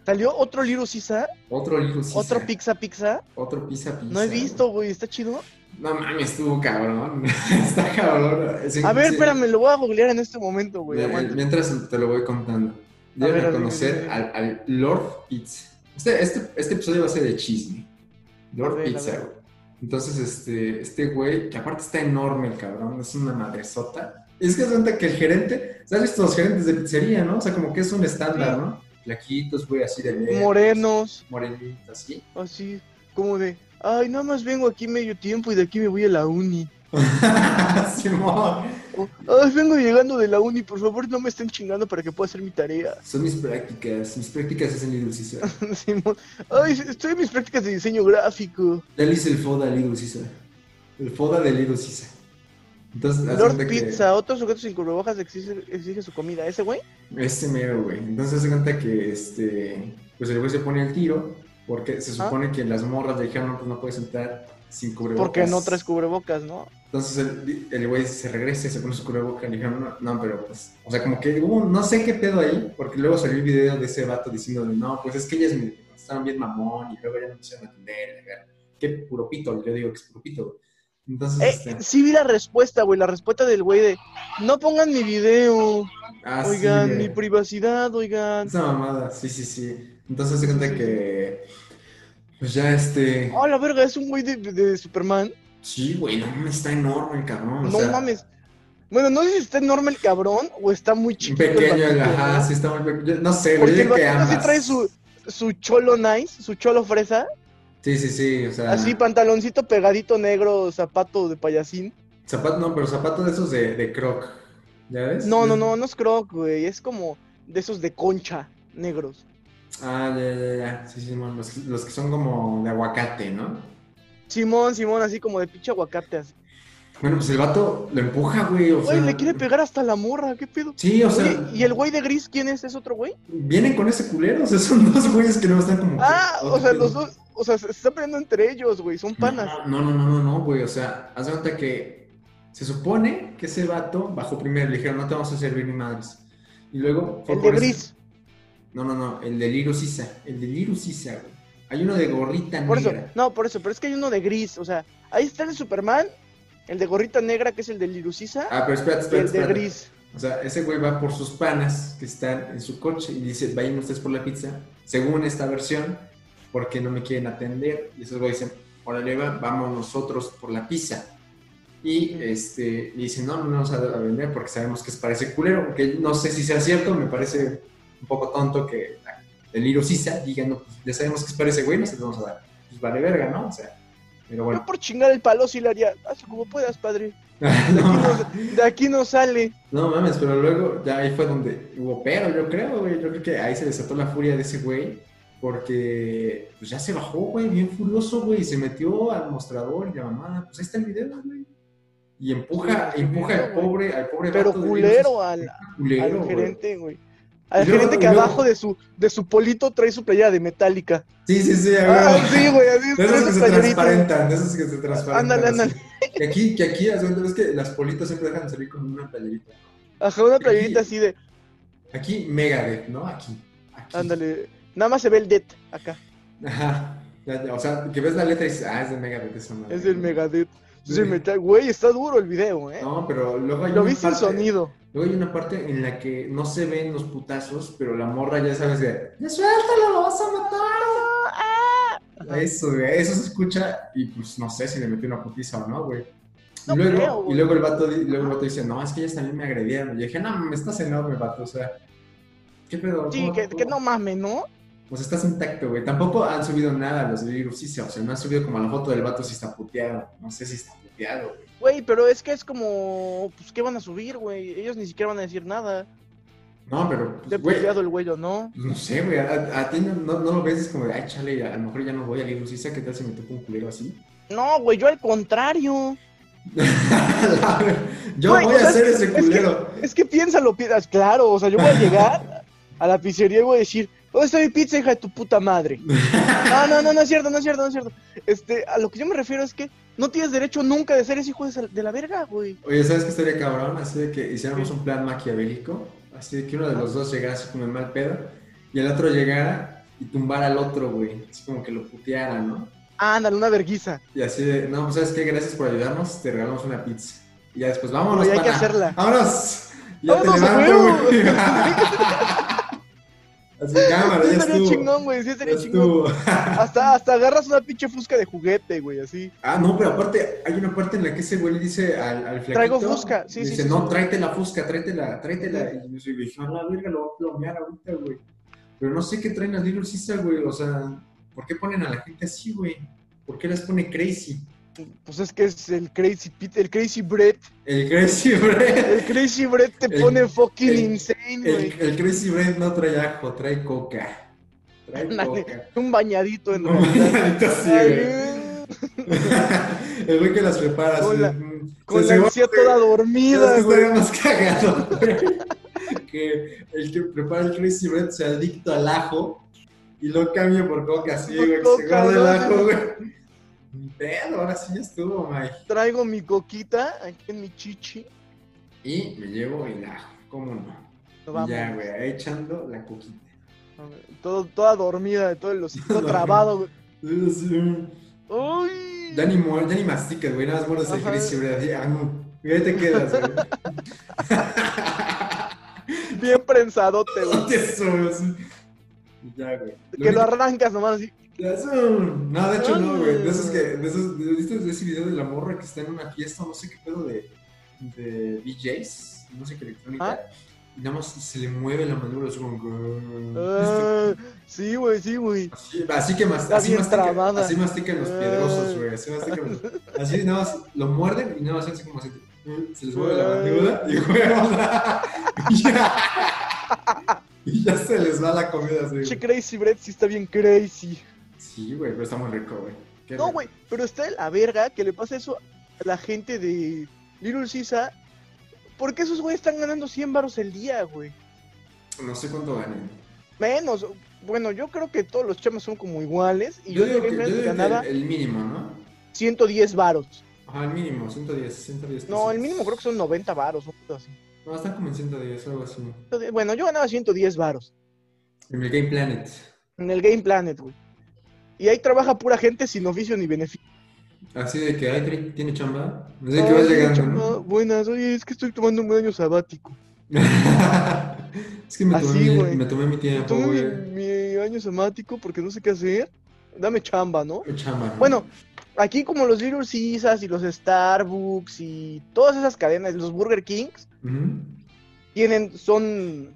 Speaker 2: Salió otro Little Sisa,
Speaker 1: Otro Hiro Sisa.
Speaker 2: otro Pizza Pizza.
Speaker 1: Otro pizza pizza.
Speaker 2: No he visto, güey, está chido.
Speaker 1: No mames, estuvo cabrón. Está cabrón. Sí,
Speaker 2: A ver,
Speaker 1: sí.
Speaker 2: espérame, lo voy a googlear en este momento, güey.
Speaker 1: Mira,
Speaker 2: aguanta.
Speaker 1: Mientras te lo voy contando.
Speaker 2: A ver,
Speaker 1: Deben
Speaker 2: a ver,
Speaker 1: reconocer
Speaker 2: a
Speaker 1: Al, al Lord Pizza. Este, este, este episodio va a ser de chisme. Lord
Speaker 2: A ver, a
Speaker 1: Pizza,
Speaker 2: ver.
Speaker 1: güey. Entonces, este, este güey, que aparte está enorme el cabrón, es una madresota. Es que se cuenta que el gerente, ¿sabes estos gerentes de pizzería, no? O sea, como que es un estándar,
Speaker 2: Sí.
Speaker 1: ¿no? Flaquitos, güey, así de lejos,
Speaker 2: Morenos,
Speaker 1: Morenitos, así.
Speaker 2: así, como de, ay, nada más vengo aquí medio tiempo y de aquí me voy a la uni.
Speaker 1: Simón.
Speaker 2: O, ay, vengo llegando de la uni, por favor, no me estén chingando para que pueda hacer mi tarea.
Speaker 1: Son mis prácticas, mis prácticas es en Little Caesar.
Speaker 2: Simón, ay, estoy en mis prácticas de diseño gráfico.
Speaker 1: Ya le hice el foda a Little Caesar. El foda de Little Caesar. Entonces, haz
Speaker 2: Lord
Speaker 1: cuenta que-
Speaker 2: Pizza, otro sujeto sin cubrebocas exige, exige su comida. ¿Ese güey?
Speaker 1: Este mero, güey. Entonces se cuenta que este. Pues el güey se pone al tiro. Porque se supone que las morras le dijeron, no, pues no puedes entrar sin cubrebocas.
Speaker 2: Porque no traes cubrebocas, ¿no?
Speaker 1: Entonces el- el güey se regresa y se pone su cubrebocas y le dijeron, no, no, pero pues. O sea, como que hubo, no sé qué pedo ahí. Porque luego salió el video de ese vato diciéndole, no, pues es que ellas me estaban bien mamón y luego ya me empezaron a atender. la verga. Qué puro pito. Yo digo que es puro pito, güey. Entonces,
Speaker 2: Eh,
Speaker 1: este.
Speaker 2: sí vi la respuesta, güey, la respuesta del güey de, no pongan mi video,
Speaker 1: ah, sí,
Speaker 2: oigan,
Speaker 1: güey.
Speaker 2: mi privacidad, oigan.
Speaker 1: Esa mamada, sí, sí, sí. Entonces se cuenta que. Pues ya este.
Speaker 2: Oh, la verga, es un güey de, de Superman.
Speaker 1: Sí, güey, no mames, está enorme el cabrón. o
Speaker 2: no
Speaker 1: sea,
Speaker 2: mames. Bueno, no sé si está enorme el cabrón o está muy
Speaker 1: Un
Speaker 2: chiquito. el
Speaker 1: pequeño, el-
Speaker 2: batito,
Speaker 1: ajá,
Speaker 2: ¿no?
Speaker 1: sí está muy pequeño. No sé, güey,
Speaker 2: Porque el
Speaker 1: yo digo que
Speaker 2: batito sí
Speaker 1: ambas.
Speaker 2: trae su, su cholo nice, su cholo fresa,
Speaker 1: Sí, sí, sí, o sea.
Speaker 2: así pantaloncito pegadito negro, zapato de payasín.
Speaker 1: Zapato, no, pero zapato de esos de, de croc. ¿Ya ves?
Speaker 2: No, no, no, no es croc, güey, es como de esos de concha negros.
Speaker 1: Ah, ya, ya, ya. Sí, sí, mon, los, los que son como de aguacate, ¿no?
Speaker 2: Simón, Simón, así como de pinche aguacate. Así.
Speaker 1: Bueno, pues el vato lo empuja, güey. O
Speaker 2: Güey,
Speaker 1: sea,
Speaker 2: le quiere pegar hasta la morra, ¿qué pedo?
Speaker 1: Sí, o sea.
Speaker 2: Oye, ¿Y el güey de gris quién es? ¿Es otro güey?
Speaker 1: Vienen con ese culero, o sea, son dos güeyes que no están como.
Speaker 2: Ah, o
Speaker 1: otro
Speaker 2: sea,
Speaker 1: pedo.
Speaker 2: los dos, o sea, se están peleando entre ellos, güey, son panas.
Speaker 1: No, no, no, no, no, güey. O sea, haz de cuenta que se supone que ese vato bajó primero, le dijeron, no te vamos a servir ni madres. Y luego. fue
Speaker 2: El de
Speaker 1: por ese-
Speaker 2: gris.
Speaker 1: No, no, no, el de Liru Sisa. El de Liru Sisa, güey. Hay uno de gorrita
Speaker 2: Por eso,
Speaker 1: negra.
Speaker 2: no, por eso, pero es que hay uno de gris, o sea, ahí está el de Superman, el de gorrita negra que es el de Lirusisa
Speaker 1: Ah, pero espérate,
Speaker 2: y
Speaker 1: espérate.
Speaker 2: el de
Speaker 1: espérate.
Speaker 2: gris.
Speaker 1: O sea, ese güey va por sus panas que están en su coche y dice, vayan ustedes por la pizza, según esta versión, porque no me quieren atender. Y esos güeyes dicen, órale, va, vamos nosotros por la pizza. Y este, le dicen, no, no nos vamos a vender porque sabemos que es parece culero, aunque no sé si sea cierto, me parece un poco tonto que el Iro Sisa diga, no, pues, ya sabemos que es parece güey, no se lo vamos a dar. Pues vale verga, ¿no? O sea, pero bueno.
Speaker 2: Yo por chingar el palo sí lo haría. Hazlo como puedas, padre. De aquí no, de aquí no sale.
Speaker 1: No mames, pero luego ya ahí fue donde hubo pero, yo creo, güey. Yo creo que ahí se desató la furia de ese güey. Porque pues ya se bajó, güey, bien furioso, güey. Y se metió al mostrador y la mamá, pues ahí está el video, güey. Y empuja,
Speaker 2: Sí,
Speaker 1: empuja al
Speaker 2: güey.
Speaker 1: pobre, al pobre
Speaker 2: Pero
Speaker 1: vato de
Speaker 2: culero
Speaker 1: Linces.
Speaker 2: al,
Speaker 1: culero,
Speaker 2: al
Speaker 1: güey.
Speaker 2: gerente, güey. Al
Speaker 1: Y luego-
Speaker 2: gerente que
Speaker 1: y luego-
Speaker 2: abajo de su, de su polito trae su playera de metálica.
Speaker 1: Sí, sí, sí, a
Speaker 2: Ah,
Speaker 1: huevo.
Speaker 2: sí, güey, así
Speaker 1: De
Speaker 2: trae
Speaker 1: esos
Speaker 2: su
Speaker 1: que se
Speaker 2: playerita.
Speaker 1: transparentan, de esos que se transparentan.
Speaker 2: Ándale,
Speaker 1: así.
Speaker 2: ándale.
Speaker 1: Que aquí, que aquí, haz de cuenta, ves que las politas siempre dejan de salir con una playerita.
Speaker 2: Ajá, una playerita así de,
Speaker 1: Aquí, Megadeth, ¿no? Aquí. aquí.
Speaker 2: ándale. Nada más se ve el det acá.
Speaker 1: Ajá. Ya, ya, O sea, que ves la letra y dices, ah, es de Megadeth esa madre.
Speaker 2: Es del Megadeth.
Speaker 1: Sí.
Speaker 2: Se meta- Güey, está duro el video, ¿eh?
Speaker 1: No, pero luego hay
Speaker 2: Lo
Speaker 1: una
Speaker 2: viste el
Speaker 1: parte-
Speaker 2: sonido.
Speaker 1: Luego hay una parte en la que no se ven los putazos, pero la morra ya sabes que. ¡Ya suéltalo, lo vas a matar!
Speaker 2: Ajá.
Speaker 1: Eso, güey, eso se escucha y pues no sé si le metió una putiza o no, güey. Y
Speaker 2: No
Speaker 1: luego,
Speaker 2: creo,
Speaker 1: y
Speaker 2: güey.
Speaker 1: luego el vato, di- y luego el vato dice, no, es que ellas también me agredieron. Y dije, no, me estás enorme, vato, o sea, ¿qué pedo?
Speaker 2: Sí,
Speaker 1: ¿Cómo-
Speaker 2: que,
Speaker 1: cómo?
Speaker 2: que no mames, ¿no?
Speaker 1: O sea, pues estás intacto, güey. Tampoco han subido nada los de virus, sí, o sea, no han subido como la foto del vato si está puteado. No sé si está puteado, güey.
Speaker 2: Güey, pero es que es como, pues, ¿qué van a subir, güey? Ellos ni siquiera van a decir nada.
Speaker 1: No, pero, pues,
Speaker 2: De
Speaker 1: güey,
Speaker 2: puteado el güey o no.
Speaker 1: pues, no sé, güey, a, a ti no, no, no lo ves, es como de, ay, chale, a lo mejor ya no voy a virus, ¿qué tal si me topo un culero así?
Speaker 2: No, güey, yo al contrario.
Speaker 1: Yo
Speaker 2: Güey,
Speaker 1: voy
Speaker 2: o sea,
Speaker 1: a ser
Speaker 2: es que-
Speaker 1: ese culero.
Speaker 2: Es que piénsalo, piensas, claro, o sea, yo voy a llegar a la pizzería y voy a decir, ¿dónde está mi pizza, hija de tu puta madre? No, no, no, no es cierto, no es cierto, no es cierto. Este, a lo que yo me refiero es que no tienes derecho nunca de ser ese hijo de, sal- de la verga, güey.
Speaker 1: Oye, ¿sabes qué estaría cabrón? Así de que hiciéramos un plan maquiavélico, así de que uno de
Speaker 2: Ajá.
Speaker 1: los dos llegara así como en mal pedo, y el otro llegara y tumbara al otro, güey, así como que lo puteara, ¿no?
Speaker 2: Ándale, una verguiza.
Speaker 1: Y así de, no, pues, ¿sabes qué? Gracias por ayudarnos, te regalamos una pizza. Y ya después, vámonos,
Speaker 2: Oye, hay que
Speaker 1: pana.
Speaker 2: hacerla.
Speaker 1: ¡Vámonos! Y ya te
Speaker 2: ¡Vámonos, a
Speaker 1: levanto,
Speaker 2: huevo!
Speaker 1: güey. así, cámara,
Speaker 2: Sí
Speaker 1: ya
Speaker 2: estaría
Speaker 1: estuvo.
Speaker 2: chingón, güey, sí
Speaker 1: ya
Speaker 2: estaría chingón.
Speaker 1: estuvo.
Speaker 2: Hasta, hasta agarras una pinche fusca de juguete, güey, así.
Speaker 1: Ah, no, pero aparte, hay una parte en la que ese güey le dice al, al flaquito...
Speaker 2: Traigo fusca, sí,
Speaker 1: le
Speaker 2: sí,
Speaker 1: Dice,
Speaker 2: sí,
Speaker 1: no,
Speaker 2: sí.
Speaker 1: tráete la fusca, tráetela, tráetela. Y yo soy, dije, a la verga, lo voy a plomear ahorita, güey. Pero no sé qué traen las Little Sister, güey. O sea, ¿por qué ponen a la gente así, güey? ¿Por qué las pone crazy?
Speaker 2: Pues es que es el Crazy Pete, el Crazy Brett.
Speaker 1: El crazy, güey.
Speaker 2: El Crazy Brett te
Speaker 1: El-
Speaker 2: pone fucking
Speaker 1: el-
Speaker 2: insane, güey.
Speaker 1: El, el Crazy Bread no trae ajo, trae coca. Trae
Speaker 2: Ándale.
Speaker 1: coca.
Speaker 2: Un bañadito en
Speaker 1: No,
Speaker 2: realidad.
Speaker 1: maldito sí, güey. El güey que las prepara.
Speaker 2: Con
Speaker 1: así,
Speaker 2: la-
Speaker 1: mm,
Speaker 2: Con
Speaker 1: se-
Speaker 2: la
Speaker 1: se-
Speaker 2: ansiedad toda
Speaker 1: ¿Sabes
Speaker 2: dormida,
Speaker 1: qué
Speaker 2: güey.
Speaker 1: estaría más cagado, güey? que el que prepara el Crazy Bread sea adicto al ajo y lo cambia por coca, así,
Speaker 2: Por
Speaker 1: güey, que se
Speaker 2: coca,
Speaker 1: guarda el
Speaker 2: ¿no?
Speaker 1: ajo, güey. Ni pedo, ahora sí ya estuvo, Mike.
Speaker 2: Traigo mi coquita aquí en mi chichi.
Speaker 1: Y me llevo el ajo, ¿cómo no?
Speaker 2: Nos vamos.
Speaker 1: Ya, güey, ahí echando la coquita.
Speaker 2: Todo, toda dormida, de todo el hocico trabado, güey.
Speaker 1: Sí.
Speaker 2: Uy.
Speaker 1: Ya ni, muer- ya ni masticas, güey, nada más muerdes el
Speaker 2: Ajá.
Speaker 1: Crazy Bread. así, ah, no. Y ahí te quedas, güey.
Speaker 2: Bien prensadote, güey.
Speaker 1: Eso, güey, así. Y ya, güey.
Speaker 2: Que
Speaker 1: único-
Speaker 2: lo arrancas nomás así.
Speaker 1: Ya es un- mm. No, de hecho no, güey. De esos que, de esos, de- ¿viste de ese video de la morra que está en una fiesta, no sé qué pedo de, de DJs, música electrónica?
Speaker 2: Ah.
Speaker 1: Y nada más se le mueve la mandíbula así como que-
Speaker 2: Ah, sí, güey, sí, güey.
Speaker 1: Así, así que más,
Speaker 2: Está
Speaker 1: así
Speaker 2: bien
Speaker 1: mastica,
Speaker 2: trabada.
Speaker 1: así mastican los
Speaker 2: Ah.
Speaker 1: piedrosos, güey. Así mastican los- Así nada más lo muerden y nada más así como así. Se les mueve la mandíbula y juegan. Y ya, y ya se les va la comida así.
Speaker 2: Che,
Speaker 1: güey.
Speaker 2: Crazy Brett sí está bien crazy.
Speaker 1: Sí, güey, pero está muy rico, güey. Qué
Speaker 2: No,
Speaker 1: rico.
Speaker 2: güey, pero está de la verga que le pasa eso a la gente de Little Sisa. Porque esos güeyes están ganando 100 baros el día, güey.
Speaker 1: No sé cuánto ganen.
Speaker 2: Menos. Bueno, yo creo que todos los chamas son como iguales. Y
Speaker 1: Yo
Speaker 2: yo,
Speaker 1: digo que, yo
Speaker 2: siempre
Speaker 1: digo que
Speaker 2: ganaba
Speaker 1: el, el mínimo, ¿no?
Speaker 2: 110 varos.
Speaker 1: Ajá, el mínimo, 110, 110.
Speaker 2: No, el mínimo creo que son 90 varos. un pedo así.
Speaker 1: No, están como en 110, algo así.
Speaker 2: Entonces, Bueno, yo ganaba 110 varos
Speaker 1: En el Game Planet.
Speaker 2: en el Game Planet, güey. Y ahí trabaja pura gente sin oficio ni beneficio.
Speaker 1: Así de que, ay, tri- tiene chamba. No sé qué vas llegando,
Speaker 2: Ah,
Speaker 1: ¿no?
Speaker 2: Buenas, oye, es que estoy tomando un año sabático.
Speaker 1: es que me tomé,
Speaker 2: Así,
Speaker 1: mi,
Speaker 2: güey.
Speaker 1: me tomé mi tiempo,
Speaker 2: Tomé mi,
Speaker 1: güey.
Speaker 2: mi año sabático porque no sé qué hacer. Dame chamba, ¿no?
Speaker 1: Chamba, ¿no?
Speaker 2: Bueno, aquí como los Little Caesars y los Starbucks y todas esas cadenas, los Burger Kings,
Speaker 1: Ujú.
Speaker 2: tienen, son,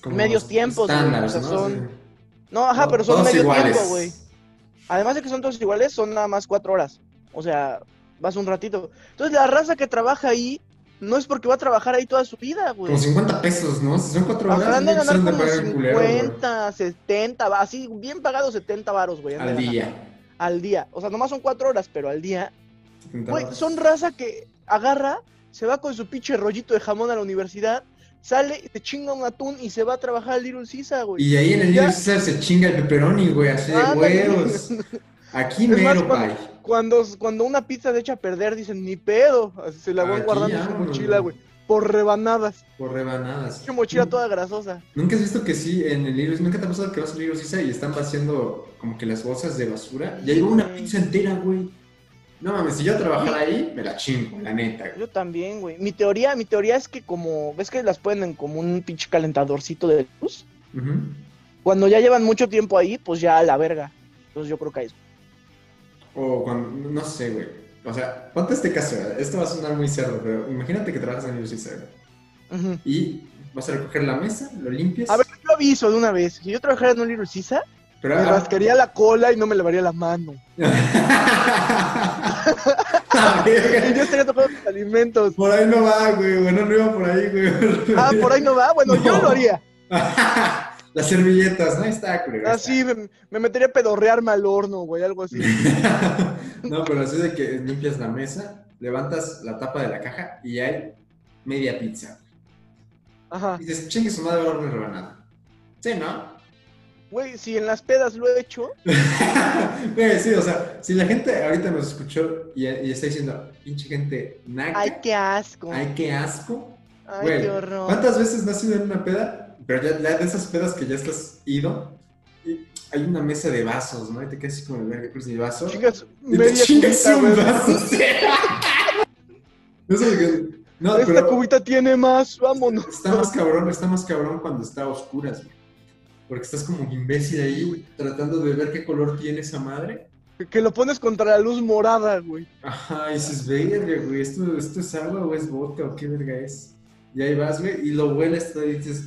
Speaker 1: Como
Speaker 2: medios
Speaker 1: los
Speaker 2: tiempos, güey,
Speaker 1: estándares,
Speaker 2: o sea,
Speaker 1: ¿no?
Speaker 2: son-
Speaker 1: Sí.
Speaker 2: no, ajá,
Speaker 1: No,
Speaker 2: pero son
Speaker 1: todos
Speaker 2: medio
Speaker 1: iguales.
Speaker 2: tiempo, güey. Además de que son todos iguales, son nada más cuatro horas. O sea, vas un ratito. Entonces la raza que trabaja ahí no es porque va a trabajar ahí toda su vida, güey.
Speaker 1: Como 50 pesos, ¿no? Si son 4 horas,
Speaker 2: Habrán de
Speaker 1: no
Speaker 2: ganar
Speaker 1: son de
Speaker 2: como
Speaker 1: pagar el culero, güey.
Speaker 2: 50, 70, va- así bien pagados 70 varos, güey. han de
Speaker 1: al
Speaker 2: ganar.
Speaker 1: día.
Speaker 2: Al día. O sea, nomás son cuatro horas, pero al día
Speaker 1: 70
Speaker 2: Güey,
Speaker 1: varos.
Speaker 2: son raza que agarra, se va con su pinche rollito de jamón a la universidad, sale, se chinga un atún y se va a trabajar al Little Sisa, güey.
Speaker 1: Y ahí en el
Speaker 2: Ya.
Speaker 1: Little Caesar se chinga el pepperoni, güey, así de
Speaker 2: Ándale.
Speaker 1: huevos. Aquí
Speaker 2: Es más,
Speaker 1: mero,
Speaker 2: cuando-
Speaker 1: pay.
Speaker 2: Cuando, cuando una pizza se echa a perder, dicen, ni pedo. Así se la van
Speaker 1: Aquí,
Speaker 2: guardando en su
Speaker 1: vámonos,
Speaker 2: mochila, güey. Por rebanadas.
Speaker 1: Por rebanadas.
Speaker 2: Pinche mochila toda grasosa.
Speaker 1: ¿Nunca has visto que sí en el Little ¿Nunca te ha pasado que vas al Little Caesar y están vaciando como que las bolsas de basura? Y hay una
Speaker 2: Sí.
Speaker 1: pizza entera, güey. No mames, si yo trabajara ahí, me la chingo, la neta. güey.
Speaker 2: Yo también, güey. Mi teoría, mi teoría es que como, ¿ves que las ponen en como un pinche calentadorcito de luz?
Speaker 1: Ujú.
Speaker 2: Cuando ya llevan mucho tiempo ahí, pues ya a la verga. Entonces yo creo que ahí
Speaker 1: O cuando, no sé, güey. O sea, ponte este caso, ¿verdad? esto va a sonar muy cerdo, pero imagínate que trabajas en el Little Caesar
Speaker 2: Ujú.
Speaker 1: y vas a recoger la mesa, lo limpias.
Speaker 2: A ver, yo aviso de una vez. Si yo trabajara en un Little Sisa,
Speaker 1: pero
Speaker 2: me
Speaker 1: ah,
Speaker 2: rascaría la cola y no me lavaría la mano.
Speaker 1: A
Speaker 2: Y yo
Speaker 1: ver,
Speaker 2: estaría tocando los alimentos.
Speaker 1: por ahí no va, güey. Bueno, no iba por ahí, güey.
Speaker 2: Ah, por ahí no va. Bueno, yo
Speaker 1: No.
Speaker 2: lo haría.
Speaker 1: Las servilletas, ¿no? Ahí Está, culero. ahí
Speaker 2: Así me, me metería a pedorrearme al horno, güey, algo así.
Speaker 1: está. no, pero así de que limpias la mesa, levantas la tapa de la caja y hay media pizza.
Speaker 2: Ajá.
Speaker 1: Y dices, chingue su madre, ahora una rebanada. Sí, ¿no?
Speaker 2: Güey, si en las pedas lo he hecho,
Speaker 1: Güey, sí, o sea, si la gente ahorita nos escuchó y, y está diciendo, pinche gente naca,
Speaker 2: ay, qué asco.
Speaker 1: ay, qué asco.
Speaker 2: Ay,
Speaker 1: Güey,
Speaker 2: qué horror.
Speaker 1: ¿Cuántas veces no has ido en una peda? Pero ya, ya de esas pedas que ya estás ido, y hay una mesa de vasos, ¿no? Y te quedas así como, verga, pues mi vaso.
Speaker 2: Chingas,
Speaker 1: y te
Speaker 2: media
Speaker 1: chingas
Speaker 2: cubita,
Speaker 1: un
Speaker 2: güey.
Speaker 1: vaso. sí. Eso es que- No,
Speaker 2: Esta
Speaker 1: pero
Speaker 2: cubita tiene más, vámonos.
Speaker 1: está más cabrón, está más cabrón cuando está a oscuras, güey. Porque estás como imbécil ahí, güey, tratando de ver qué color tiene esa madre.
Speaker 2: Que lo pones contra la luz morada, güey.
Speaker 1: Ajá, y dices, verga, güey, ¿esto, esto es agua o es vodka o qué verga es. Y ahí vas, güey, y lo hueles todo y dices,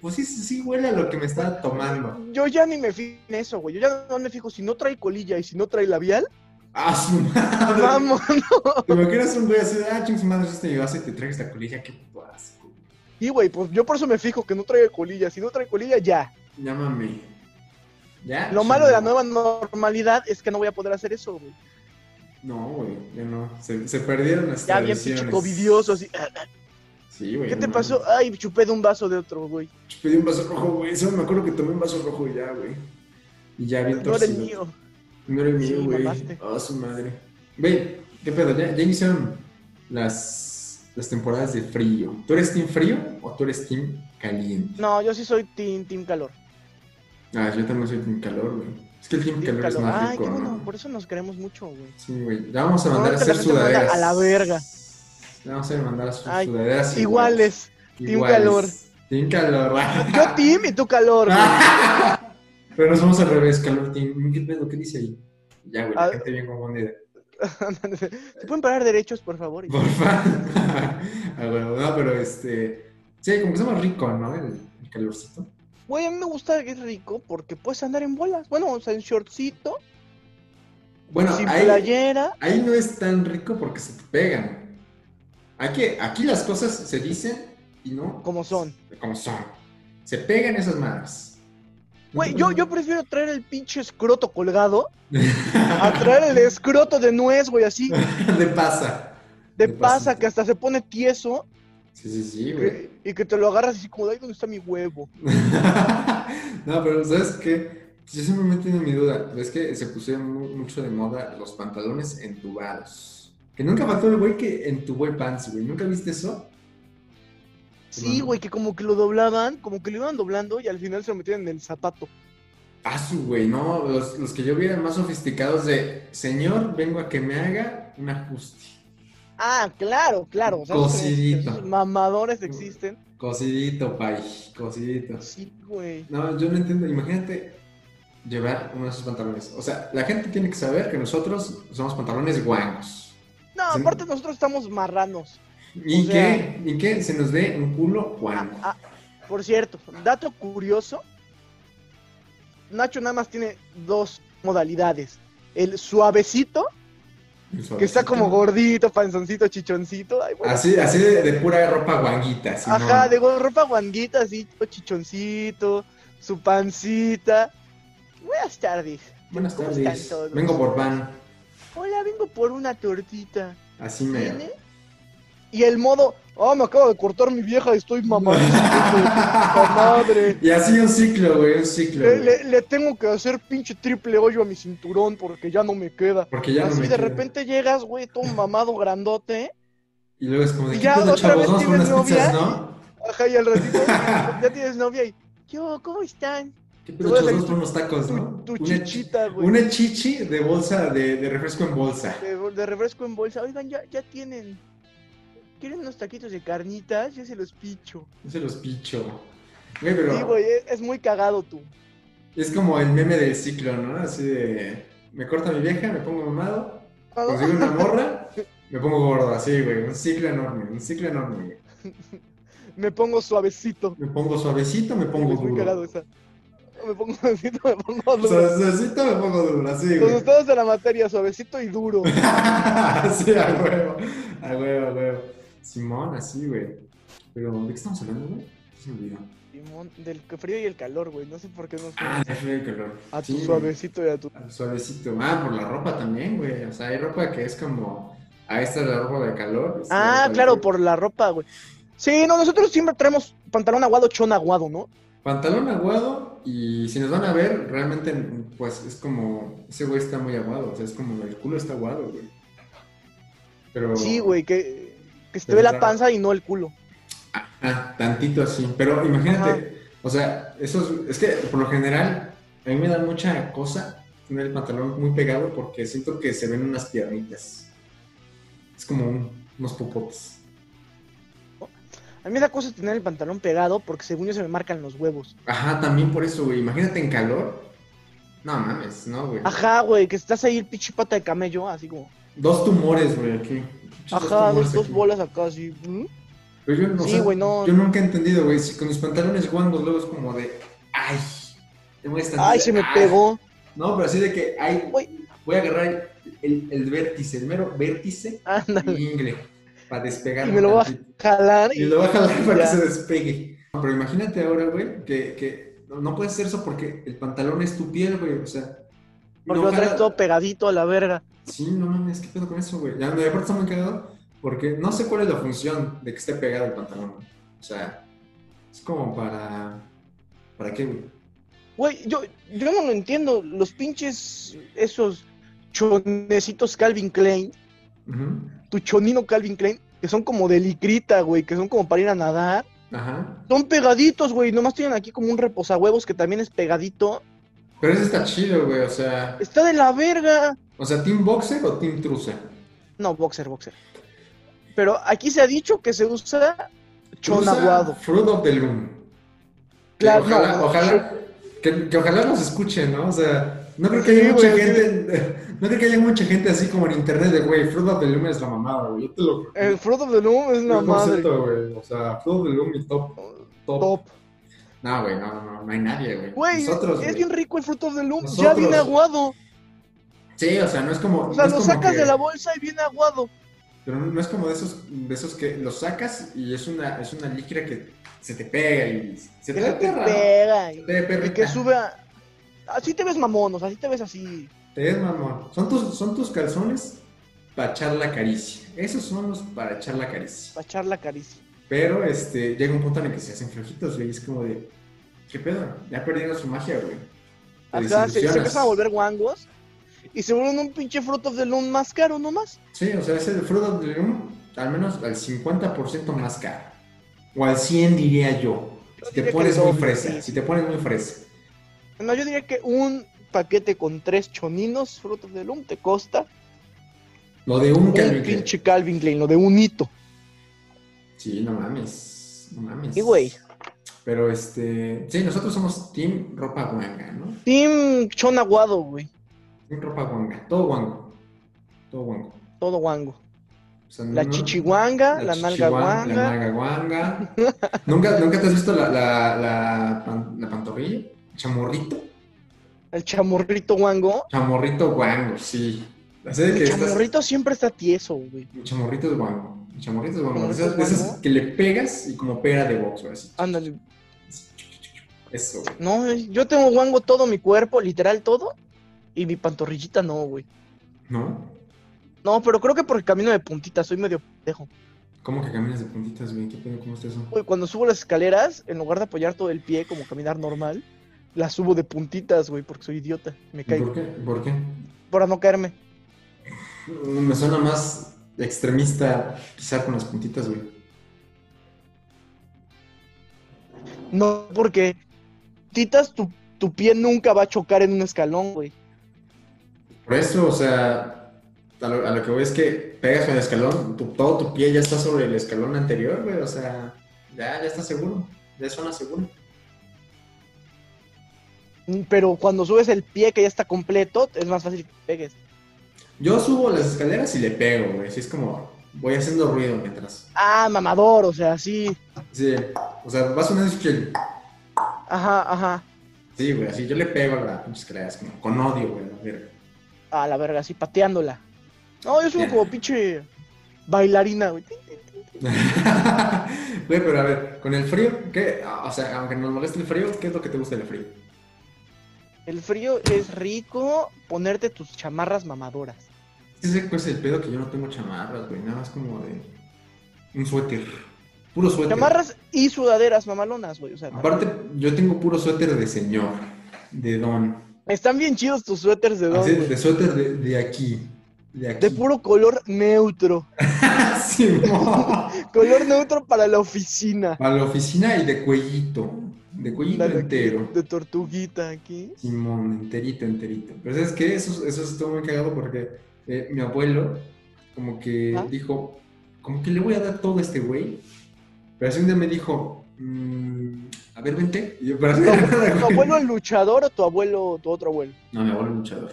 Speaker 1: pues sí, sí sí huele a lo que me estaba tomando.
Speaker 2: Yo ya ni me fijo en eso, güey. Yo ya no me fijo si no trae colilla y si no trae labial.
Speaker 1: ¡Ah, su madre!
Speaker 2: Vamos.
Speaker 1: Te imaginas un güey así, de, ah, ching, su madre, este llevas y te traes la colilla, qué puto asco.
Speaker 2: Y, güey, pues yo por eso me fijo que no traiga colilla. Si no trae colilla, ya.
Speaker 1: Llámame. ¿Ya?
Speaker 2: Lo malo de la nueva normalidad es que no voy a poder hacer eso, güey.
Speaker 1: No, güey, ya no. Se, se perdieron las
Speaker 2: Ya bien
Speaker 1: tradiciones.
Speaker 2: pinche covidioso, así. ah,
Speaker 1: Sí, güey.
Speaker 2: ¿Qué
Speaker 1: no
Speaker 2: te
Speaker 1: mames.
Speaker 2: pasó? Ay, chupé de un vaso de otro, güey.
Speaker 1: Yo Pedí un vaso rojo, güey. Solo me acuerdo que tomé un vaso rojo y ya, güey. Y ya bien
Speaker 2: No era el
Speaker 1: torcido.
Speaker 2: mío.
Speaker 1: No era el mío,
Speaker 2: Sí,
Speaker 1: güey.
Speaker 2: mamaste.
Speaker 1: Ah, su madre. Güey, qué pedo, ya, ya iniciaron las, las temporadas de frío. ¿Tú eres team frío o tú eres team caliente?
Speaker 2: No, yo sí soy team, team calor.
Speaker 1: Ah, yo también soy team calor, güey. Es que el team,
Speaker 2: Team
Speaker 1: calor, es
Speaker 2: calor.
Speaker 1: más
Speaker 2: Ay,
Speaker 1: rico,
Speaker 2: qué bueno.
Speaker 1: ¿no?
Speaker 2: Por eso nos queremos mucho, güey.
Speaker 1: Sí, güey. Ya vamos a mandar a
Speaker 2: Ahorita la
Speaker 1: hacer
Speaker 2: gente este manda
Speaker 1: sudaderas.
Speaker 2: a la verga.
Speaker 1: Ya vamos a mandar a hacer
Speaker 2: Ay,
Speaker 1: sudaderas.
Speaker 2: Iguales. team calor.
Speaker 1: Team calor.
Speaker 2: Yo team y tú calor,
Speaker 1: Ah.
Speaker 2: güey.
Speaker 1: Pero nos vamos al revés, calor team. ¿Qué pedo? ¿Qué dice ahí? Ya, güey, la
Speaker 2: Ah.
Speaker 1: gente bien confundida.
Speaker 2: ¿Se pueden pagar derechos, por favor?
Speaker 1: Por favor. Ah, bueno, no, pero este... Sí, como que está más rico, ¿no? El, el calorcito.
Speaker 2: Güey, a mí me gusta que es rico porque puedes andar en bolas. Bueno, o sea, en shortcito,
Speaker 1: Bueno,
Speaker 2: sin
Speaker 1: ahí,
Speaker 2: playera.
Speaker 1: ahí no es tan rico porque se te pegan. Aquí, aquí las cosas se dicen y no...
Speaker 2: Como son.
Speaker 1: Como son. Se pegan esas madres.
Speaker 2: Güey, yo, yo prefiero traer el pinche escroto colgado a traer el escroto de nuez, güey, así.
Speaker 1: de pasa.
Speaker 2: De
Speaker 1: De
Speaker 2: pasa
Speaker 1: pasito.
Speaker 2: que hasta se pone tieso
Speaker 1: Sí, sí, sí, güey.
Speaker 2: que- y que te lo agarras así como, ay, ¿dónde está mi huevo?
Speaker 1: no, pero ¿sabes qué? Yo siempre me he tenido mi duda. Es que se pusieron mu- mucho de moda los pantalones entubados. Que nunca faltó el güey que entubó el pants, güey. ¿Nunca viste eso?
Speaker 2: Sí, güey, que como que lo doblaban, como que lo iban doblando y al final se lo metían en el zapato.
Speaker 1: Ah, su güey, no. Los, los que yo vi eran más sofisticados de, señor, vengo a que me haga un ajuste.
Speaker 2: Ah, claro, claro. O sea, esos-
Speaker 1: Cocidito.
Speaker 2: esos mamadores existen.
Speaker 1: Cocidito, pay, cocidito.
Speaker 2: Sí, güey.
Speaker 1: No, yo no entiendo. Imagínate llevar uno de esos pantalones. O sea, la gente tiene que saber que nosotros somos pantalones guangos.
Speaker 2: No,
Speaker 1: Sí.
Speaker 2: aparte nosotros estamos marranos.
Speaker 1: ¿Y,
Speaker 2: O sea-
Speaker 1: que, y que se nos dé un culo guango.
Speaker 2: Ah, Por cierto, dato curioso, Nacho nada más tiene dos modalidades. El suavecito, que está como gordito, panzoncito, chichoncito. Ay, bueno.
Speaker 1: Así, así de, de pura ropa guanguita. así,
Speaker 2: Ajá,
Speaker 1: ¿no?
Speaker 2: de go- ropa guanguita, así, todo chichoncito, su pancita. Buenas tardes.
Speaker 1: Buenas
Speaker 2: ¿Cómo
Speaker 1: tardes.
Speaker 2: están todos?
Speaker 1: Vengo por pan.
Speaker 2: Hola, vengo por una tortita.
Speaker 1: Así
Speaker 2: ¿Tiene?
Speaker 1: me.
Speaker 2: Y el modo, oh, me acabo de cortar mi vieja, estoy mamadísimo. hijo de puta madre.
Speaker 1: y así un ciclo, güey, un ciclo.
Speaker 2: Le,
Speaker 1: güey.
Speaker 2: le- le tengo que hacer pinche triple hoyo a mi cinturón porque ya no me queda.
Speaker 1: Porque ya no
Speaker 2: Así
Speaker 1: me
Speaker 2: de
Speaker 1: queda.
Speaker 2: repente llegas, güey, todo mamado grandote.
Speaker 1: Y luego es como de
Speaker 2: Y
Speaker 1: ¿qué
Speaker 2: ya
Speaker 1: pedo,
Speaker 2: otra
Speaker 1: chavos?
Speaker 2: vez
Speaker 1: Vamos por
Speaker 2: tienes
Speaker 1: unas pizzas,
Speaker 2: novia.
Speaker 1: ¿no?
Speaker 2: Ajá, y al ratito ya tienes novia y, yo, ¿cómo están?
Speaker 1: ¿Qué
Speaker 2: Te
Speaker 1: pedo,
Speaker 2: voy a
Speaker 1: chavos?
Speaker 2: salir
Speaker 1: Vamos por unos tacos, ¿no?
Speaker 2: Tu, tu
Speaker 1: Una
Speaker 2: chichita,
Speaker 1: chi-
Speaker 2: güey.
Speaker 1: Una chichi de bolsa, de, de refresco en bolsa.
Speaker 2: De, de refresco en bolsa. Oigan, ya, ya tienen. ¿Quieren unos taquitos de carnitas? Yo se los picho.
Speaker 1: No se los picho. Güey,
Speaker 2: Sí,
Speaker 1: pero
Speaker 2: güey, es, es muy cagado tú.
Speaker 1: es como el meme del ciclo, ¿no? Así de. Me corta mi vieja, me pongo mamado,
Speaker 2: Ah,
Speaker 1: consigo una morra, me pongo gordo, así, güey. Un ciclo enorme, un ciclo enorme, güey.
Speaker 2: Me pongo suavecito.
Speaker 1: Me pongo suavecito, me pongo
Speaker 2: es muy cagado
Speaker 1: duro.
Speaker 2: esa. Me pongo suavecito, me pongo duro.
Speaker 1: Suavecito, me pongo duro, así,
Speaker 2: Los
Speaker 1: güey.
Speaker 2: estados de la materia, suavecito y duro.
Speaker 1: sí, a huevo, a huevo, a huevo. Simón, así, güey. Pero, ¿de qué estamos hablando, güey? Se me olvidó.
Speaker 2: Simón, del que frío y el calor, güey. No sé por qué nos
Speaker 1: Ah, ya fue el calor.
Speaker 2: A
Speaker 1: Sí,
Speaker 2: tu
Speaker 1: güey.
Speaker 2: suavecito y a tu.
Speaker 1: A tu Suavecito. Ah, por la ropa también, güey. O sea, hay ropa que es como. Ah, esta es la ropa de calor. esta es la ropa
Speaker 2: Ah,
Speaker 1: de
Speaker 2: claro,
Speaker 1: frío.
Speaker 2: por la ropa, güey. Sí, no, nosotros siempre traemos pantalón aguado, chón aguado, ¿no?
Speaker 1: Pantalón aguado y si nos van a ver, realmente, pues es como. Ese güey está muy aguado. O sea, es como el culo está aguado, güey. Pero.
Speaker 2: Sí, güey, que, que se te
Speaker 1: Pero
Speaker 2: ve la
Speaker 1: claro.
Speaker 2: panza y no el culo.
Speaker 1: Ah, tantito así. Pero imagínate,
Speaker 2: Ajá.
Speaker 1: o sea, eso es, es que por lo general a mí me da mucha cosa tener el pantalón muy pegado porque siento que se ven unas piernitas. Es como un- unos popotes.
Speaker 2: A mí me da cosa tener el pantalón pegado porque según yo se me marcan los huevos.
Speaker 1: Ajá, también por eso, güey. Imagínate en calor. No mames, no, güey.
Speaker 2: Ajá, güey, que estás ahí el pinche pata de camello, así como.
Speaker 1: Dos tumores, güey, aquí. Pinches
Speaker 2: Ajá,
Speaker 1: tumores
Speaker 2: dos, dos
Speaker 1: aquí.
Speaker 2: bolas acá, así. ¿Mm?
Speaker 1: Pero yo, no,
Speaker 2: Sí,
Speaker 1: sé,
Speaker 2: güey, no.
Speaker 1: yo nunca he entendido, güey. Si con mis pantalones guangos luego es como de. ¡Ay! te muestran,
Speaker 2: Ay,
Speaker 1: de,
Speaker 2: se me pegó.
Speaker 1: No, pero así de que hay,
Speaker 2: Uy.
Speaker 1: voy a agarrar el, el vértice, el mero vértice
Speaker 2: Ándale.
Speaker 1: ingle para despegar.
Speaker 2: Y me lo voy a jalar
Speaker 1: Y lo voy a jalar para
Speaker 2: Ya.
Speaker 1: que se despegue. No, Pero imagínate ahora, güey, que, que no, no puedes hacer eso porque el pantalón es tu piel, güey, o sea.
Speaker 2: Porque
Speaker 1: no
Speaker 2: lo traes
Speaker 1: jala-
Speaker 2: todo pegadito a la verga.
Speaker 1: Sí, no mames, ¿qué pedo con eso, güey? Ya, de aparte está muy cagado porque no sé cuál es la función de que esté pegado el pantalón. güey. O sea, es como para... ¿Para qué, güey?
Speaker 2: Güey, yo, yo no lo entiendo. Los pinches, esos chonecitos Calvin Klein,
Speaker 1: Ujú.
Speaker 2: tu chonino Calvin Klein, que son como de licrita, güey, que son como para ir a nadar.
Speaker 1: Ajá.
Speaker 2: Son pegaditos, güey. Nomás tienen aquí como un reposahuevos que también es pegadito.
Speaker 1: Pero eso está chido, güey, o sea...
Speaker 2: Está de la verga.
Speaker 1: O sea, ¿team boxer o team trusa?
Speaker 2: No, boxer, boxer. Pero aquí se ha dicho que se usa chon
Speaker 1: Trusa,
Speaker 2: aguado.
Speaker 1: Fruit of the Loom. Que
Speaker 2: Claro,
Speaker 1: ojalá,
Speaker 2: no,
Speaker 1: ojalá, que, que ojalá nos escuchen, ¿no? O sea, no creo que haya
Speaker 2: Sí,
Speaker 1: mucha
Speaker 2: güey,
Speaker 1: gente, no creo que haya mucha gente así como en internet de, güey, Fruit of the Loom es la mamada, güey. Yo te lo...
Speaker 2: El Fruit of the Loom es
Speaker 1: yo
Speaker 2: una
Speaker 1: lo
Speaker 2: madre.
Speaker 1: acepto, güey. O sea, Fruit of the Loom y top, top.
Speaker 2: Top.
Speaker 1: No, güey, no, no, no hay nadie, güey.
Speaker 2: Güey,
Speaker 1: Nosotros,
Speaker 2: es
Speaker 1: güey.
Speaker 2: bien rico el Fruit of the Loom. Ya
Speaker 1: Nosotros.
Speaker 2: viene aguado.
Speaker 1: Sí, o sea, no es como...
Speaker 2: O sea,
Speaker 1: no es
Speaker 2: lo
Speaker 1: como
Speaker 2: sacas
Speaker 1: que-
Speaker 2: de la bolsa y viene aguado.
Speaker 1: Pero no no es como de esos, de esos que los sacas y es una, es una líquida que se te pega y se te
Speaker 2: Que se te
Speaker 1: aterra, ¿no?
Speaker 2: pega. Y,
Speaker 1: Te
Speaker 2: y
Speaker 1: perrita.
Speaker 2: que sube a... Así te ves mamón, o sea, así te ves así.
Speaker 1: Te ves mamón. Son tus, son tus calzones para echar la caricia. Esos son los para echar la caricia.
Speaker 2: Para echar la caricia.
Speaker 1: Pero este, llega un punto en el que se hacen flojitos, güey. y Es como de, ¿qué pedo? Ya perdieron su magia, güey. Te
Speaker 2: Acá se, se
Speaker 1: desilusionas.
Speaker 2: empiezan a volver guangos. Y se vuelven un pinche Fruit of the Loom más caro nomás.
Speaker 1: Sí, o sea, es el Fruit of the Loom al menos al 50% más caro. O al 100 diría yo.
Speaker 2: Yo
Speaker 1: Si
Speaker 2: diría
Speaker 1: te
Speaker 2: que
Speaker 1: pones
Speaker 2: el
Speaker 1: muy
Speaker 2: doble,
Speaker 1: fresa,
Speaker 2: sí.
Speaker 1: si te pones muy fresa.
Speaker 2: No, yo diría que un paquete con tres choninos Fruit of the Loom te costa
Speaker 1: Lo de un,
Speaker 2: Un
Speaker 1: Calvin Klein.
Speaker 2: pinche Calvin Klein, lo de un hito.
Speaker 1: Sí, no mames. No mames.
Speaker 2: Y güey,
Speaker 1: Pero este. Sí, nosotros somos Team Ropa Guanga, ¿no?
Speaker 2: Team Chon Aguado, güey.
Speaker 1: Team Ropa Guanga. Todo guango. Todo guango.
Speaker 2: Todo guango.
Speaker 1: O sea,
Speaker 2: La
Speaker 1: no-
Speaker 2: chichihuanga, la nalga
Speaker 1: chichihuan- Mm. La
Speaker 2: guanga.
Speaker 1: nalga guanga. ¿Nunca, ¿Nunca te has visto la, la, la, pan- la pantorrilla? Chamorrito.
Speaker 2: El chamorrito guango.
Speaker 1: Chamorrito guango, sí. Así de que
Speaker 2: El
Speaker 1: estás-
Speaker 2: chamorrito siempre está tieso, güey.
Speaker 1: Chamorrito es guango. Chamorrito es guango.
Speaker 2: Chamorrito
Speaker 1: Esas
Speaker 2: es
Speaker 1: esas
Speaker 2: guango.
Speaker 1: que le pegas y como pera de box, güey, así.
Speaker 2: Ándale.
Speaker 1: Eso, güey.
Speaker 2: No, eh, yo tengo guango todo mi cuerpo, literal todo. Y mi pantorrillita no, güey.
Speaker 1: ¿No?
Speaker 2: No, pero creo que porque camino de puntitas, soy medio pendejo.
Speaker 1: ¿Cómo que caminas de puntitas, güey? ¿Qué pedo? ¿Cómo está eso?
Speaker 2: Güey, cuando subo las escaleras, en lugar de apoyar todo el pie como caminar normal, las subo de puntitas, güey, porque soy idiota. Me
Speaker 1: ¿Y
Speaker 2: caigo.
Speaker 1: ¿Por qué? ¿Por qué?
Speaker 2: Para no caerme.
Speaker 1: Me suena más extremista pisar con las puntitas, güey.
Speaker 2: No, porque titas tu, tu pie nunca va a chocar en un escalón, güey.
Speaker 1: Por eso, o sea, a lo, a lo que voy es que pegas con el escalón, tu- todo tu pie ya está sobre el escalón anterior, güey, o sea, ya, ya está seguro, ya suena seguro.
Speaker 2: Mm, Pero cuando subes el pie que ya está completo, es más fácil que pegues.
Speaker 1: Yo subo las escaleras y le pego, güey, así es como, voy haciendo ruido mientras.
Speaker 2: Ah, mamador, o sea, sí.
Speaker 1: Sí, o sea, va sonando así que-
Speaker 2: Ajá, ajá.
Speaker 1: Sí, güey, así yo le pego a las pinches escaleras, como con odio, güey, a la verga.
Speaker 2: A la verga, así pateándola. No, yo soy
Speaker 1: Ya.
Speaker 2: como pinche bailarina, güey.
Speaker 1: Güey, pero a ver, con el frío, ¿qué? O sea, aunque nos moleste el frío, ¿qué es lo que te gusta del frío?
Speaker 2: El frío es rico ponerte tus chamarras mamadoras.
Speaker 1: Ese es el pedo que yo no tengo chamarras, güey. Nada más como de un suéter. Puro suéter.
Speaker 2: Chamarras y sudaderas mamalonas, güey. O sea,
Speaker 1: Aparte, yo tengo puro suéter de señor. De don.
Speaker 2: están bien chidos tus suéteres de don,
Speaker 1: Así,
Speaker 2: güey.
Speaker 1: de suéter de, de aquí. De aquí.
Speaker 2: De puro color neutro.
Speaker 1: Simón.
Speaker 2: Color neutro para la oficina.
Speaker 1: Para la oficina y de cuellito. De cuellito
Speaker 2: Dale,
Speaker 1: entero.
Speaker 2: De tortuguita aquí.
Speaker 1: Simón, enterito, enterito. Pero ¿sabes qué? Eso, eso estuvo muy cagado porque eh, mi abuelo como que
Speaker 2: ¿Ah?
Speaker 1: dijo, como que le voy a dar todo a este güey. Pero así un día me dijo, mm, a ver, vente. Y yo, pero así de la nada,
Speaker 2: ¿Tu
Speaker 1: güey.
Speaker 2: abuelo el luchador o tu abuelo, tu otro abuelo?
Speaker 1: No, mi abuelo luchador.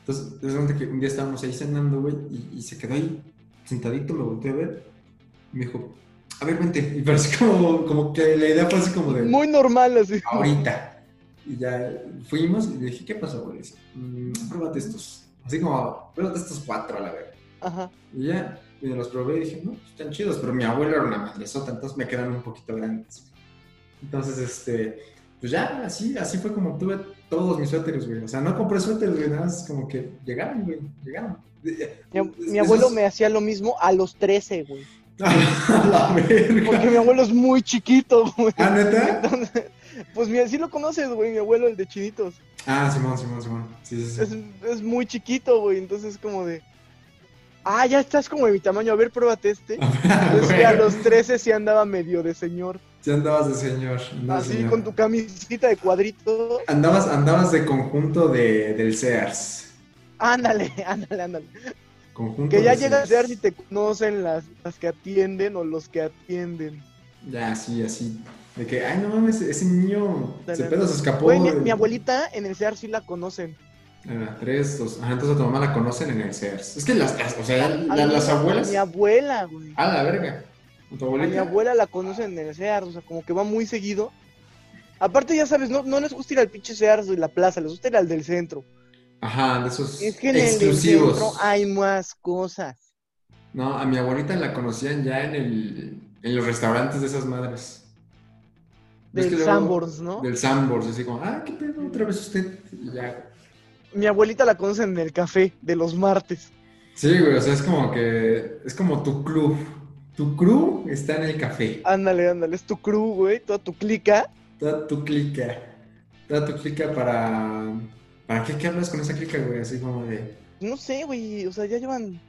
Speaker 1: Entonces, te das cuenta que un día estábamos ahí cenando, güey, y, y se quedó ahí sentadito, me volteé a ver. Y me dijo, a ver, vente. Y parece como, como que la idea fue así como de
Speaker 2: Muy normal así.
Speaker 1: ahorita. Y ya fuimos y le dije, ¿qué pasó, güey? Dice, "Mm, pruébate estos. Así como, pruébate estos cuatro a la vez.
Speaker 2: Ajá.
Speaker 1: Y ya, y los probé y dije, no, pues, están chidos, pero mi abuelo era una madresota, entonces me quedan un poquito grandes. güey. Entonces, este, pues ya, así, así fue como tuve todos mis suéteres, güey. O sea, no compré suéteres, güey, nada más como que llegaron, güey, llegaron.
Speaker 2: Mi, mi abuelo me hacía lo mismo a los 13, güey.
Speaker 1: A la
Speaker 2: Porque
Speaker 1: verga.
Speaker 2: mi abuelo es muy chiquito, güey.
Speaker 1: ¿Ah, neta?
Speaker 2: Entonces, pues mira, sí lo conoces, güey, mi abuelo, el de chinitos.
Speaker 1: Ah, Simón, Simón, Simón. Sí, sí,
Speaker 2: Es,
Speaker 1: sí.
Speaker 2: es muy chiquito, güey. Entonces, como de. Ah, ya estás como de mi tamaño. A ver, pruébate este. Entonces,
Speaker 1: Güey.
Speaker 2: a los 13 sí andaba medio de señor.
Speaker 1: Ya andabas de señor. andabas de
Speaker 2: Así,
Speaker 1: señor.
Speaker 2: Ah, con tu camisita de cuadrito.
Speaker 1: Andabas, andabas de conjunto de, del Sears.
Speaker 2: Ándale, ándale, ándale.
Speaker 1: Conjunto
Speaker 2: Que ya
Speaker 1: del
Speaker 2: llega a ser si te conocen las, las que atienden o los que atienden.
Speaker 1: Ya, sí, así. De que, ay, no mames, ese niño se
Speaker 2: Dale.
Speaker 1: pedo se escapó.
Speaker 2: Güey, mi,
Speaker 1: del-
Speaker 2: mi abuelita en el CEAR sí la conocen.
Speaker 1: Ah, tres, dos. Ajá, entonces a tu mamá la conocen en el Sears. Es que las, las- o sea, ya la-
Speaker 2: A mi-
Speaker 1: las abuelas.
Speaker 2: Mi abuela, güey.
Speaker 1: A la verga. ¿A tu
Speaker 2: A mi
Speaker 1: abuelita?
Speaker 2: abuela la conocen en el Sears, o sea, como que va muy seguido. Aparte, ya sabes, no, no les gusta ir al pinche Sears de la plaza, les gusta ir al del centro.
Speaker 1: Ajá, de esos
Speaker 2: Es que en el del
Speaker 1: exclusivos.
Speaker 2: centro hay más cosas.
Speaker 1: No, a mi abuelita la conocían ya en el, en los restaurantes de esas madres. ¿Ves que
Speaker 2: Del
Speaker 1: luego-
Speaker 2: Sanborns, ¿no?
Speaker 1: Del Sambors, así como, ah, qué pedo, otra vez usted. Y ya,
Speaker 2: Mi abuelita la conocen en el café de los martes.
Speaker 1: Sí, güey, o sea, es como que es como tu club. Tu crew está en el café.
Speaker 2: Ándale, ándale, es tu crew, güey, toda tu clica.
Speaker 1: Toda tu clica. Toda tu clica para. ¿Para qué, qué hablas con esa clica, güey? Así como de.
Speaker 2: No sé, güey, o sea, ya llevan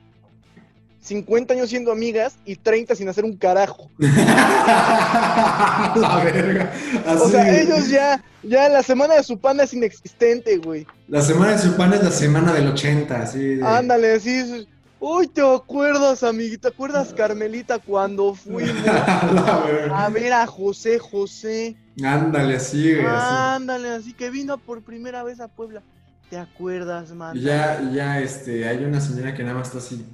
Speaker 2: 50 años siendo amigas y 30 sin hacer un carajo.
Speaker 1: la verga. Así,
Speaker 2: O sea,
Speaker 1: güey.
Speaker 2: ellos ya, ya la semana de su pana es inexistente, güey.
Speaker 1: La semana de su pan es la semana del 80, así. de-
Speaker 2: Ándale, sí, sí. Uy, ¿te acuerdas, amiguita? ¿Te acuerdas, Carmelita, cuando fuimos
Speaker 1: La
Speaker 2: a
Speaker 1: verga.
Speaker 2: ver a José José?
Speaker 1: Ándale, así, güey. así.
Speaker 2: Ándale, así que vino por primera vez a Puebla. ¿Te acuerdas, man?
Speaker 1: Y ya, y ya, este, hay una señora que nada más está así.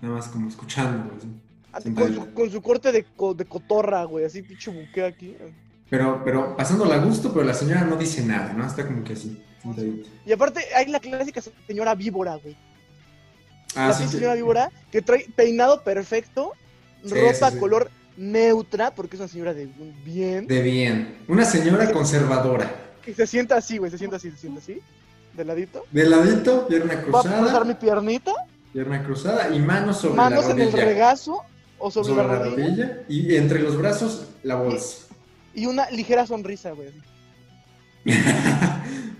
Speaker 1: Nada más como escuchando, güey. así.
Speaker 2: Ah,
Speaker 1: sin
Speaker 2: Con
Speaker 1: pedo.
Speaker 2: su, con su corte de, co- de cotorra, güey, así pinche buque aquí.
Speaker 1: Pero, pero pasándola a gusto, pero la señora no dice nada, ¿no? Está como que así. sentadita.
Speaker 2: Y aparte, hay la clásica señora víbora, güey.
Speaker 1: Ah,
Speaker 2: la
Speaker 1: sí,
Speaker 2: pinche
Speaker 1: sí.
Speaker 2: señora víbora que trae peinado perfecto,
Speaker 1: Sí,
Speaker 2: ropa
Speaker 1: sí, sí.
Speaker 2: color neutra, porque es una señora de un bien.
Speaker 1: De bien. Una señora conservadora.
Speaker 2: Y se sienta así, güey, se sienta así, se sienta así, de ladito.
Speaker 1: De ladito, pierna
Speaker 2: Va a cruzar mi
Speaker 1: cruzada.
Speaker 2: piernita,
Speaker 1: Pierna cruzada y manos sobre
Speaker 2: manos
Speaker 1: la
Speaker 2: en el
Speaker 1: rodilla.
Speaker 2: regazo o sobre,
Speaker 1: sobre
Speaker 2: la
Speaker 1: la
Speaker 2: rodilla,
Speaker 1: rodilla y entre los brazos la bolsa.
Speaker 2: y una ligera sonrisa, güey. así.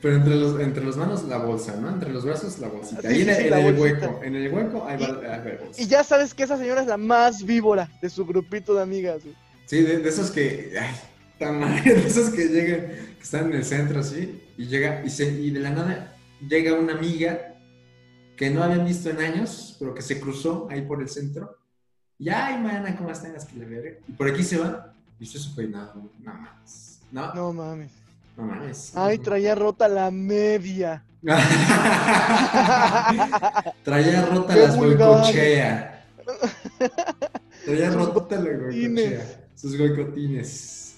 Speaker 1: Pero entre los entre las manos la bolsa, ¿no? Entre los brazos la bolsita.
Speaker 2: Sí,
Speaker 1: Ahí
Speaker 2: sí,
Speaker 1: en, el-
Speaker 2: sí,
Speaker 1: en
Speaker 2: la
Speaker 1: el
Speaker 2: bolsita.
Speaker 1: hueco, en el hueco ahí va
Speaker 2: Y-
Speaker 1: la- la bolsa.
Speaker 2: Y ya sabes que esa señora es la más víbora de su grupito de amigas, güey.
Speaker 1: Sí, de, de esos que ay, tan mal, de esos que llegan, que están en el centro así y llega y se y de la nada llega una amiga que no habían visto en años, pero que se cruzó ahí por el centro. Y ay, mana, ¿cómo estás? Que le veré. Y por aquí se va. Y usted se fue nada, nada más. No, no,
Speaker 2: No mames.
Speaker 1: no mames.
Speaker 2: Ay, traía rota la media.
Speaker 1: Traía rota
Speaker 2: Qué
Speaker 1: las
Speaker 2: vulgar.
Speaker 1: boicochea. Traía
Speaker 2: Sus
Speaker 1: rota las
Speaker 2: boicotines.
Speaker 1: boicochea. Sus boicotines.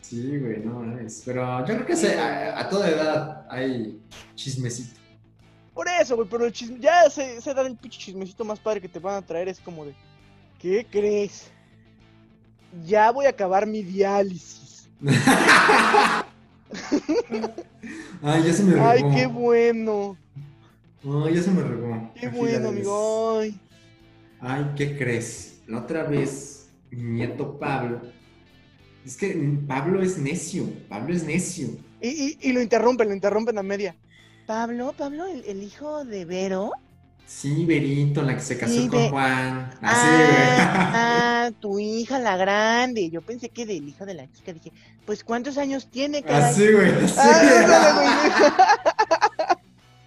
Speaker 1: Sí, güey, no mames. Pero yo creo que se- a, a toda edad hay chismecito.
Speaker 2: Por eso, güey, pero el chisme, ya se, se da el pinche chismecito más padre que te van a traer, es como de, ¿qué crees? Ya voy a acabar mi diálisis.
Speaker 1: Ay, ya se me regó.
Speaker 2: Ay, qué bueno,
Speaker 1: Ay, ya se me regó.
Speaker 2: qué
Speaker 1: Aquí ya
Speaker 2: bueno,
Speaker 1: ves.
Speaker 2: amigo. Ay,
Speaker 1: Ay, ¿qué crees? La otra vez, mi nieto Pablo. Es que Pablo es necio. Pablo es necio.
Speaker 2: Y, y- y lo interrumpen, lo interrumpen a media. Pablo, Pablo, el, el hijo de Vero.
Speaker 1: Sí, Berito, la que se casó
Speaker 2: Sí,
Speaker 1: con
Speaker 2: Be-
Speaker 1: Juan. Así,
Speaker 2: Ah, ah, tu hija la grande. Yo pensé que del hijo de la chica. Dije, pues ¿cuántos años tiene,
Speaker 1: güey.
Speaker 2: caray?
Speaker 1: Así, güey.
Speaker 2: Ah, ándale,
Speaker 1: Así.
Speaker 2: güey.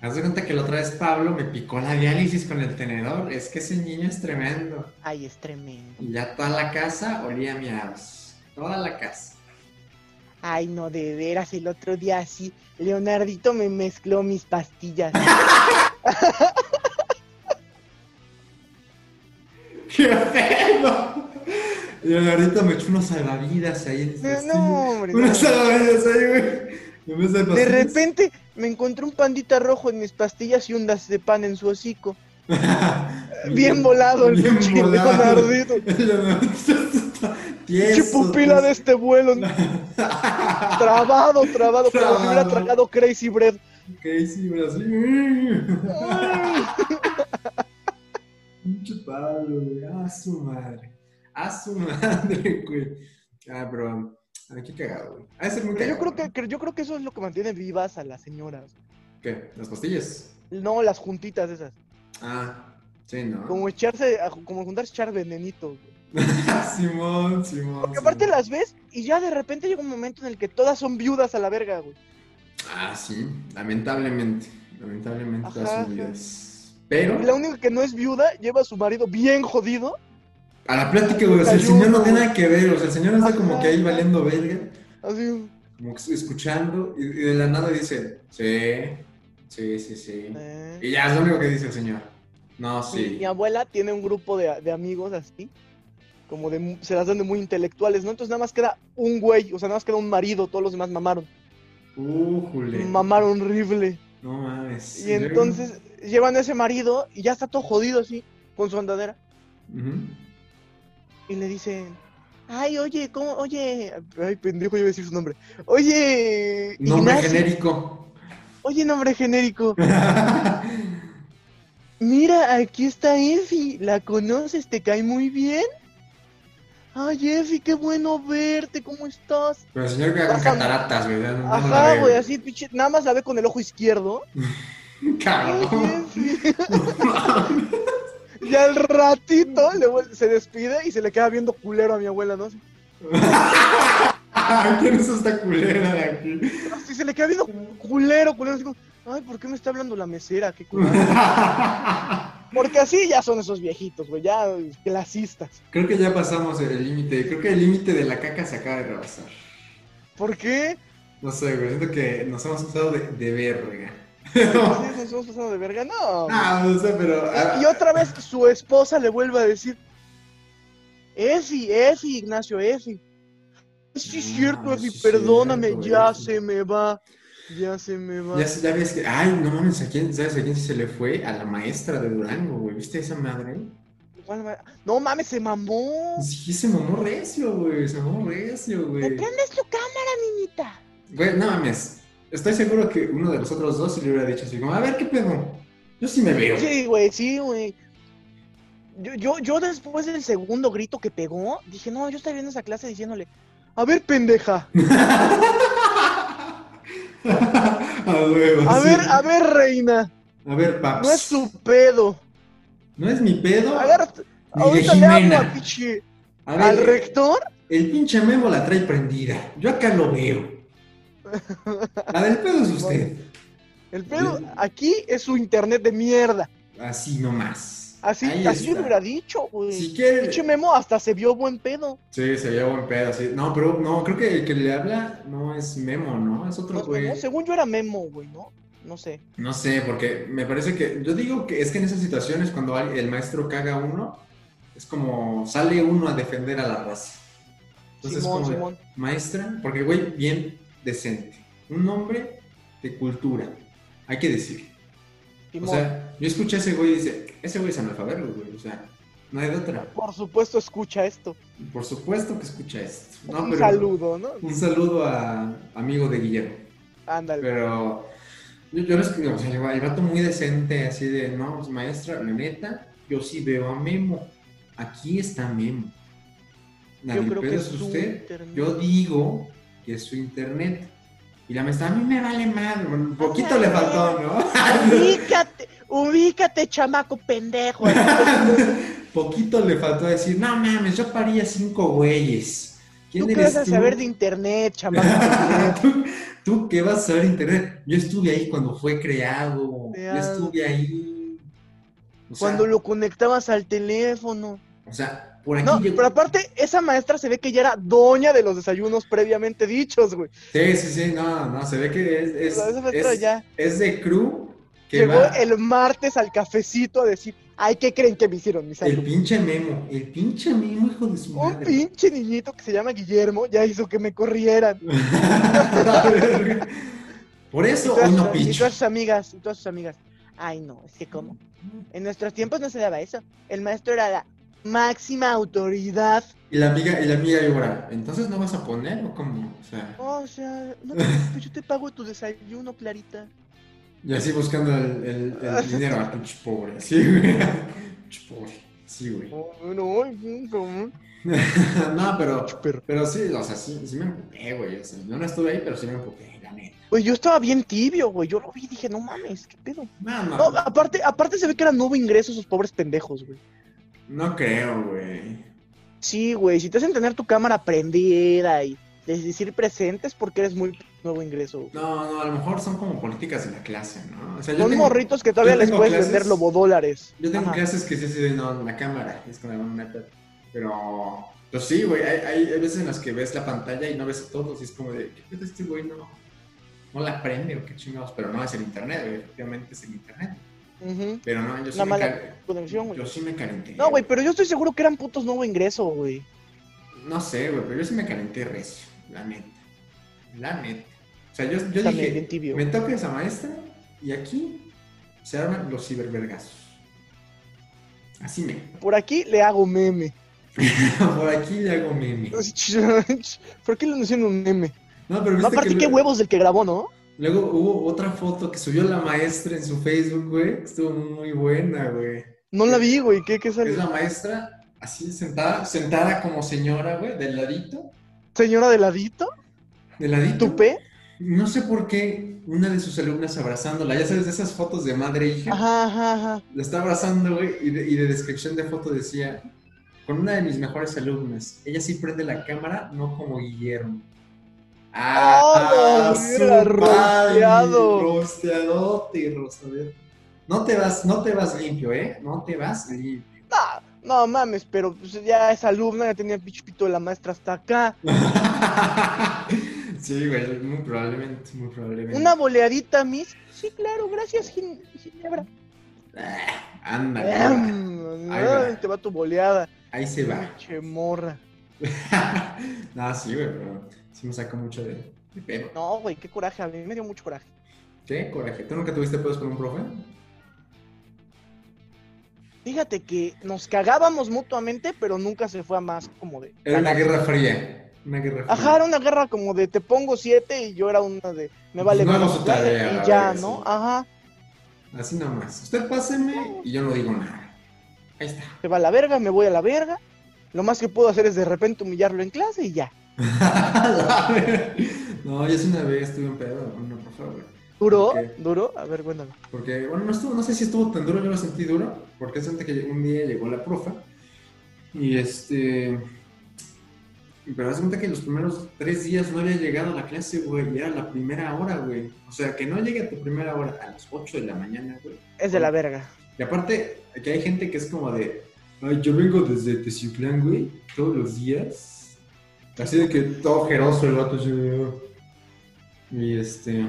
Speaker 1: Haz de cuenta que la otra vez Pablo me picó la diálisis con el tenedor. Es que ese niño es tremendo.
Speaker 2: Ay, es tremendo.
Speaker 1: Y ya toda la casa olía a miados. Toda la casa.
Speaker 2: Ay, no, de veras, el otro día así, Leonardito me mezcló mis pastillas.
Speaker 1: ¡Qué pedo! Y ahorita me echó unos salvavidas ahí en el
Speaker 2: No,
Speaker 1: castillo.
Speaker 2: no, hombre. no.
Speaker 1: Unos salvavidas ahí, güey. En vez de
Speaker 2: De
Speaker 1: pastillas.
Speaker 2: repente me encontré un pandita rojo en mis pastillas y ondas de pan en su hocico. Bien volado el
Speaker 1: Bien
Speaker 2: pinche
Speaker 1: volado.
Speaker 2: Leonardito.
Speaker 1: Qué
Speaker 2: Pinche
Speaker 1: pues.
Speaker 2: pupila de este vuelo. Trabado, trabado, como si hubiera
Speaker 1: Trabado.
Speaker 2: tragado Crazy Bread.
Speaker 1: Casey Brasil. Pinche Pablo, güey. A su madre. A su madre, güey. Ah, pero. Ay, qué cagado, güey. Ah, Ha de ser muy
Speaker 2: Pero yo
Speaker 1: cagado,
Speaker 2: creo que que- yo creo que eso es lo que mantiene vivas a las señoras.
Speaker 1: ¿no? ¿Qué? ¿Las pastillas?
Speaker 2: No, las juntitas esas.
Speaker 1: Ah, sí, ¿no?
Speaker 2: Como echarse, a- como juntarse a echar venenito. güey.
Speaker 1: Ah, Simón, Simón.
Speaker 2: Porque aparte
Speaker 1: Simón.
Speaker 2: las ves y ya de repente llega un momento en el que todas son viudas a la verga, güey.
Speaker 1: Ah, sí. Lamentablemente. Lamentablemente
Speaker 2: Ajá,
Speaker 1: las
Speaker 2: ajá.
Speaker 1: subidas. Pero.
Speaker 2: Y la única que no es viuda lleva a su marido bien jodido.
Speaker 1: A la plática, güey. O sea, el
Speaker 2: Cayó,
Speaker 1: señor no
Speaker 2: güey.
Speaker 1: tiene nada que ver. O sea, el señor está como
Speaker 2: Ajá.
Speaker 1: que ahí valiendo verga.
Speaker 2: Así.
Speaker 1: como que escuchando y, y de la nada dice, sí, sí, sí, sí.
Speaker 2: eh.
Speaker 1: Y ya es lo único que dice el señor. No, sí.
Speaker 2: Mi abuela tiene un grupo de, de amigos así. Como de, mu- se las dan de muy intelectuales, ¿no? Entonces nada más queda un güey, o sea, nada más queda un marido, todos los demás mamaron.
Speaker 1: Újule.
Speaker 2: Mamaron horrible.
Speaker 1: No mames.
Speaker 2: Y entonces llevan a ese marido y ya está todo jodido así, con su andadera.
Speaker 1: Ujú.
Speaker 2: Y le dicen, ay, oye, ¿cómo? Oye, ay, pendejo, yo iba a decir su nombre. Oye,
Speaker 1: Nombre
Speaker 2: Ignacio,
Speaker 1: genérico.
Speaker 2: oye, nombre genérico. Mira, aquí está Efi, ¿la conoces? ¿Te cae muy bien? Ay, Efi, qué bueno verte, ¿cómo estás?
Speaker 1: Pero el señor queda con
Speaker 2: Pásame.
Speaker 1: cataratas, güey. ya no- ya no la
Speaker 2: Ajá,
Speaker 1: ve,
Speaker 2: güey, así, pinche, nada más la ve con el ojo izquierdo. Ay,
Speaker 1: Cabrón.
Speaker 2: Efi. Y al ratito le vuel- se despide y se le queda viendo culero a mi abuela, ¿no? Así-
Speaker 1: Ay, ¿Quién es esta culera de aquí?
Speaker 2: Así se le queda viendo culero, culero. Así como, ay, ¿por qué me está hablando la mesera? Qué culero. Porque así ya son esos viejitos, güey, ya clasistas.
Speaker 1: Creo que ya pasamos el límite. Creo que el límite de la caca se acaba de rebasar.
Speaker 2: ¿Por qué?
Speaker 1: No sé, güey. Siento que nos hemos pasado de, de verga.
Speaker 2: Así nos hemos pasado de verga, no.
Speaker 1: Ah, no sé, pero. ah,
Speaker 2: Y otra vez su esposa le vuelve a decir, Efi, Efi, Ignacio, Efi. Sí, es
Speaker 1: Ah,
Speaker 2: cierto, Efi,
Speaker 1: sí,
Speaker 2: perdóname,
Speaker 1: cierto,
Speaker 2: ya
Speaker 1: Efi.
Speaker 2: se me va, ya se me va.
Speaker 1: Ya, se- ya ves que. Ay, no mames, ¿a quién, ¿sabes a quién sí se le fue? A la maestra de Durango, güey. ¿Viste esa madre?
Speaker 2: ¿Cuál ma- No mames, se mamó.
Speaker 1: Sí, se mamó recio, güey. Se mamó recio, güey.
Speaker 2: Prendes tu cámara, niñita.
Speaker 1: Güey, no mames. Estoy seguro que uno de los otros dos se le hubiera dicho así como, a ver, ¿qué pedo? Yo sí me veo.
Speaker 2: Sí, güey, sí, güey. Yo, yo, yo después del segundo grito que pegó, dije, no, yo estaría en esa clase diciéndole, a ver, pendeja,
Speaker 1: a huevo,
Speaker 2: a
Speaker 1: sí.
Speaker 2: ver, a ver, reina,
Speaker 1: A ver, paps.
Speaker 2: no es tu pedo.
Speaker 1: No es mi pedo.
Speaker 2: Agarra,
Speaker 1: Ni de
Speaker 2: ahorita le hablo
Speaker 1: Jimena.
Speaker 2: a pinche,
Speaker 1: A ver,
Speaker 2: al rector.
Speaker 1: el pinche Memo la trae prendida. Yo acá lo veo. La del pedo es usted.
Speaker 2: El pedo aquí es su internet de mierda.
Speaker 1: Así nomás.
Speaker 2: Así,
Speaker 1: Ahí
Speaker 2: así yo
Speaker 1: está.
Speaker 2: le hubiera dicho, güey.
Speaker 1: Si quiere.
Speaker 2: Pinche Memo hasta se vio buen pedo.
Speaker 1: Sí, se veía buen pedo. Sí. No, pero no, creo que el que le habla no es Memo, ¿no? Es otro
Speaker 2: No,
Speaker 1: güey.
Speaker 2: no, según yo era Pues Memo, güey, ¿no? No sé.
Speaker 1: No sé, porque me parece que. Yo digo que es que en esas situaciones, cuando al- el maestro caga a uno, es como sale uno a defender a la raza. Entonces,
Speaker 2: Simón,
Speaker 1: como de,
Speaker 2: Simón.
Speaker 1: maestra, porque güey, bien decente. Un hombre de cultura, hay que decir. O
Speaker 2: Simón.
Speaker 1: sea, yo escuché a ese güey y dice: Ese güey es analfabeto, güey. O sea, no hay de otra.
Speaker 2: Por supuesto, escucha esto.
Speaker 1: Por supuesto que escucha esto. No,
Speaker 2: Un
Speaker 1: pero-
Speaker 2: saludo, ¿no?
Speaker 1: Un saludo a amigo de Guillermo.
Speaker 2: Ándale.
Speaker 1: Pero yo, yo lo escribo, o sea, el vato muy decente, así de, no, pues, maestra, la neta, yo sí veo a Memo. Aquí está Memo. Nadie
Speaker 2: Yo creo que
Speaker 1: pedo
Speaker 2: es
Speaker 1: es
Speaker 2: su
Speaker 1: usted.
Speaker 2: internet.
Speaker 1: Yo digo que es su internet. Y la maestra, a mí me vale madre. bueno,
Speaker 2: Ah,
Speaker 1: Un poquito le faltó, ¿no?
Speaker 2: Ubícate, ubícate, chamaco pendejo.
Speaker 1: poquito le faltó decir, no mames, yo paría cinco güeyes. ¿Quién
Speaker 2: ¿Tú qué
Speaker 1: eres
Speaker 2: vas a
Speaker 1: tú?
Speaker 2: saber de internet, chamaco?
Speaker 1: ¿Tú, tú qué vas a saber de internet? Yo estuve ahí cuando fue creado. Yo
Speaker 2: Creado.
Speaker 1: estuve ahí. O sea,
Speaker 2: Cuando lo conectabas al teléfono.
Speaker 1: o sea, por aquí
Speaker 2: No,
Speaker 1: llegó-
Speaker 2: pero aparte, esa maestra se ve que ya era doña de los desayunos previamente dichos, güey.
Speaker 1: Sí, sí, sí, no, no, se ve que es, es,
Speaker 2: O sea, esa maestra
Speaker 1: es,
Speaker 2: ya
Speaker 1: es de crew que
Speaker 2: llegó
Speaker 1: va el,
Speaker 2: el martes al cafecito a decir, ay, ¿qué creen que me hicieron mis alumnos?
Speaker 1: pinche memo, el pinche memo, hijo de su
Speaker 2: Un
Speaker 1: madre.
Speaker 2: pinche niñito que se llama Guillermo ya hizo que me corrieran.
Speaker 1: La verga. por
Speaker 2: Y
Speaker 1: eso
Speaker 2: todas,
Speaker 1: hoy no
Speaker 2: y
Speaker 1: picho.
Speaker 2: todas sus amigas, y todas sus amigas. Ay, no, es que cómo. En nuestros tiempos no se daba eso. El maestro era la máxima autoridad.
Speaker 1: Y la amiga, y la amiga llora. Entonces no vas a poner o cómo, o sea,
Speaker 2: O sea, no te preocupes, yo te pago tu desayuno, Clarita.
Speaker 1: y así buscando el, el- el dinero a pinche pobre, sí, güey. Pinche pobre, sí, güey.
Speaker 2: Oh, no, ay, cómo.
Speaker 1: no, pero,
Speaker 2: Pero,
Speaker 1: pero sí, o sea, sí, sí me emputé, güey. O sea, yo no estuve ahí, pero sí me emputé, la neta.
Speaker 2: Güey, Pues yo estaba bien tibio, güey. Yo lo vi y dije, no mames, qué pedo.
Speaker 1: No,
Speaker 2: No,
Speaker 1: no,
Speaker 2: aparte, aparte se ve que eran nuevo ingreso esos pobres pendejos, güey.
Speaker 1: no creo, güey.
Speaker 2: Sí, güey, si te hacen tener tu cámara prendida y es decir presentes porque eres muy nuevo ingreso. güey.
Speaker 1: No, no, a lo mejor son como políticas de la clase, ¿no? O sea, yo
Speaker 2: Son
Speaker 1: tengo,
Speaker 2: morritos que todavía
Speaker 1: yo
Speaker 2: les
Speaker 1: tengo
Speaker 2: puedes
Speaker 1: clases-
Speaker 2: vender lobodólares.
Speaker 1: yo tengo
Speaker 2: Ajá.
Speaker 1: clases que sí, sí, no, en la cámara, es con alguna neta. Pero, pero sí, güey, hay, hay, hay veces en las que ves la pantalla y no ves a todos y es como de, ¿qué pedo este güey no, no la aprende o qué chingados? Pero no, es el internet, güey, efectivamente es el internet.
Speaker 2: Ujú,
Speaker 1: Pero no, yo sí,
Speaker 2: Una
Speaker 1: me,
Speaker 2: mala
Speaker 1: cal-
Speaker 2: conexión, güey.
Speaker 1: yo sí me calenté.
Speaker 2: No, güey, pero yo estoy seguro que eran putos nuevo ingreso, güey.
Speaker 1: No sé, güey, pero yo sí me calenté recio, la neta. La neta. O sea, yo, yo
Speaker 2: También bien
Speaker 1: dije,
Speaker 2: tibio.
Speaker 1: me toca esa maestra y aquí se arman los cibervergazos. Así me.
Speaker 2: Por aquí le hago meme.
Speaker 1: Por aquí le hago meme.
Speaker 2: ¿Por qué le anuncian un meme?
Speaker 1: No, pero
Speaker 2: No,
Speaker 1: viste
Speaker 2: aparte,
Speaker 1: que
Speaker 2: qué
Speaker 1: lue-
Speaker 2: huevos del que grabó, ¿no?
Speaker 1: luego hubo otra foto que subió la maestra en su Facebook, güey. que Estuvo muy buena, güey.
Speaker 2: No la vi, güey. ¿Qué, qué
Speaker 1: Es
Speaker 2: sale?
Speaker 1: la maestra así sentada, sentada como señora, güey, del ladito.
Speaker 2: Señora de ladito,
Speaker 1: Del ladito.
Speaker 2: tupé.
Speaker 1: No sé por qué una de sus alumnas abrazándola, ya sabes, de esas fotos de madre e hija,
Speaker 2: Ajá, ajá, ajá.
Speaker 1: la está abrazando, güey, y de, y de descripción de foto decía, con una de mis mejores alumnas, ella sí prende la cámara, no como Guillermo.
Speaker 2: ¡Ah, la
Speaker 1: su madre!
Speaker 2: mierda, rosteado!
Speaker 1: Rosteadote, rosteadote. No te vas, no te vas limpio, ¿eh? No te vas limpio.
Speaker 2: No, no mames, pero pues, ya esa alumna ya tenía el pinche pito de la maestra hasta acá.
Speaker 1: sí, güey, muy probablemente, muy probablemente.
Speaker 2: Una boleadita, Miss. Sí, claro, gracias, Gin- Ginebra.
Speaker 1: Ah, Anda, güey.
Speaker 2: Em,
Speaker 1: Ahí va.
Speaker 2: ay, te va tu boleada.
Speaker 1: ahí se va.
Speaker 2: Pinche morra.
Speaker 1: no, sí, güey, pero sí me sacó mucho de, de pedo.
Speaker 2: No, güey, qué coraje. A mí me dio mucho coraje.
Speaker 1: ¿Qué coraje? ¿Tú nunca tuviste pedos con un profe?
Speaker 2: Fíjate que nos cagábamos mutuamente, pero nunca se fue a más como de.
Speaker 1: Era una
Speaker 2: cagadas.
Speaker 1: guerra fría. Una guerra fría.
Speaker 2: Ajá, era una guerra como de te pongo siete y yo era una de me vale
Speaker 1: No hago
Speaker 2: menos,
Speaker 1: su tarea,
Speaker 2: y ya,
Speaker 1: sí.
Speaker 2: ¿no? Ajá,
Speaker 1: Así nomás. Usted páseme y yo no digo nada. Ahí está.
Speaker 2: te va a la verga, me voy a la verga. Lo más que puedo hacer es de repente humillarlo en clase y ya.
Speaker 1: no, yo sí una vez tuve un pedo con una profe, güey.
Speaker 2: ¿Duró?
Speaker 1: Ok.
Speaker 2: ¿Duró? A ver, cuéntame.
Speaker 1: Porque, bueno, no, estuvo, no sé si estuvo tan duro, yo lo sentí duro, porque es antes que llegó- un día llegó la profa, y este... Pero haz de cuenta que los primeros tres días no había llegado a la clase, güey, y era la primera hora, güey. O sea, que no llegue a tu primera hora a las 8 de la mañana, güey.
Speaker 2: Es de la verga.
Speaker 1: Y aparte, aquí hay gente que es como de, ay, yo vengo desde Teciutlán, güey, todos los días. Así de que todo jeroso el vato, así de, "Ah". Y este.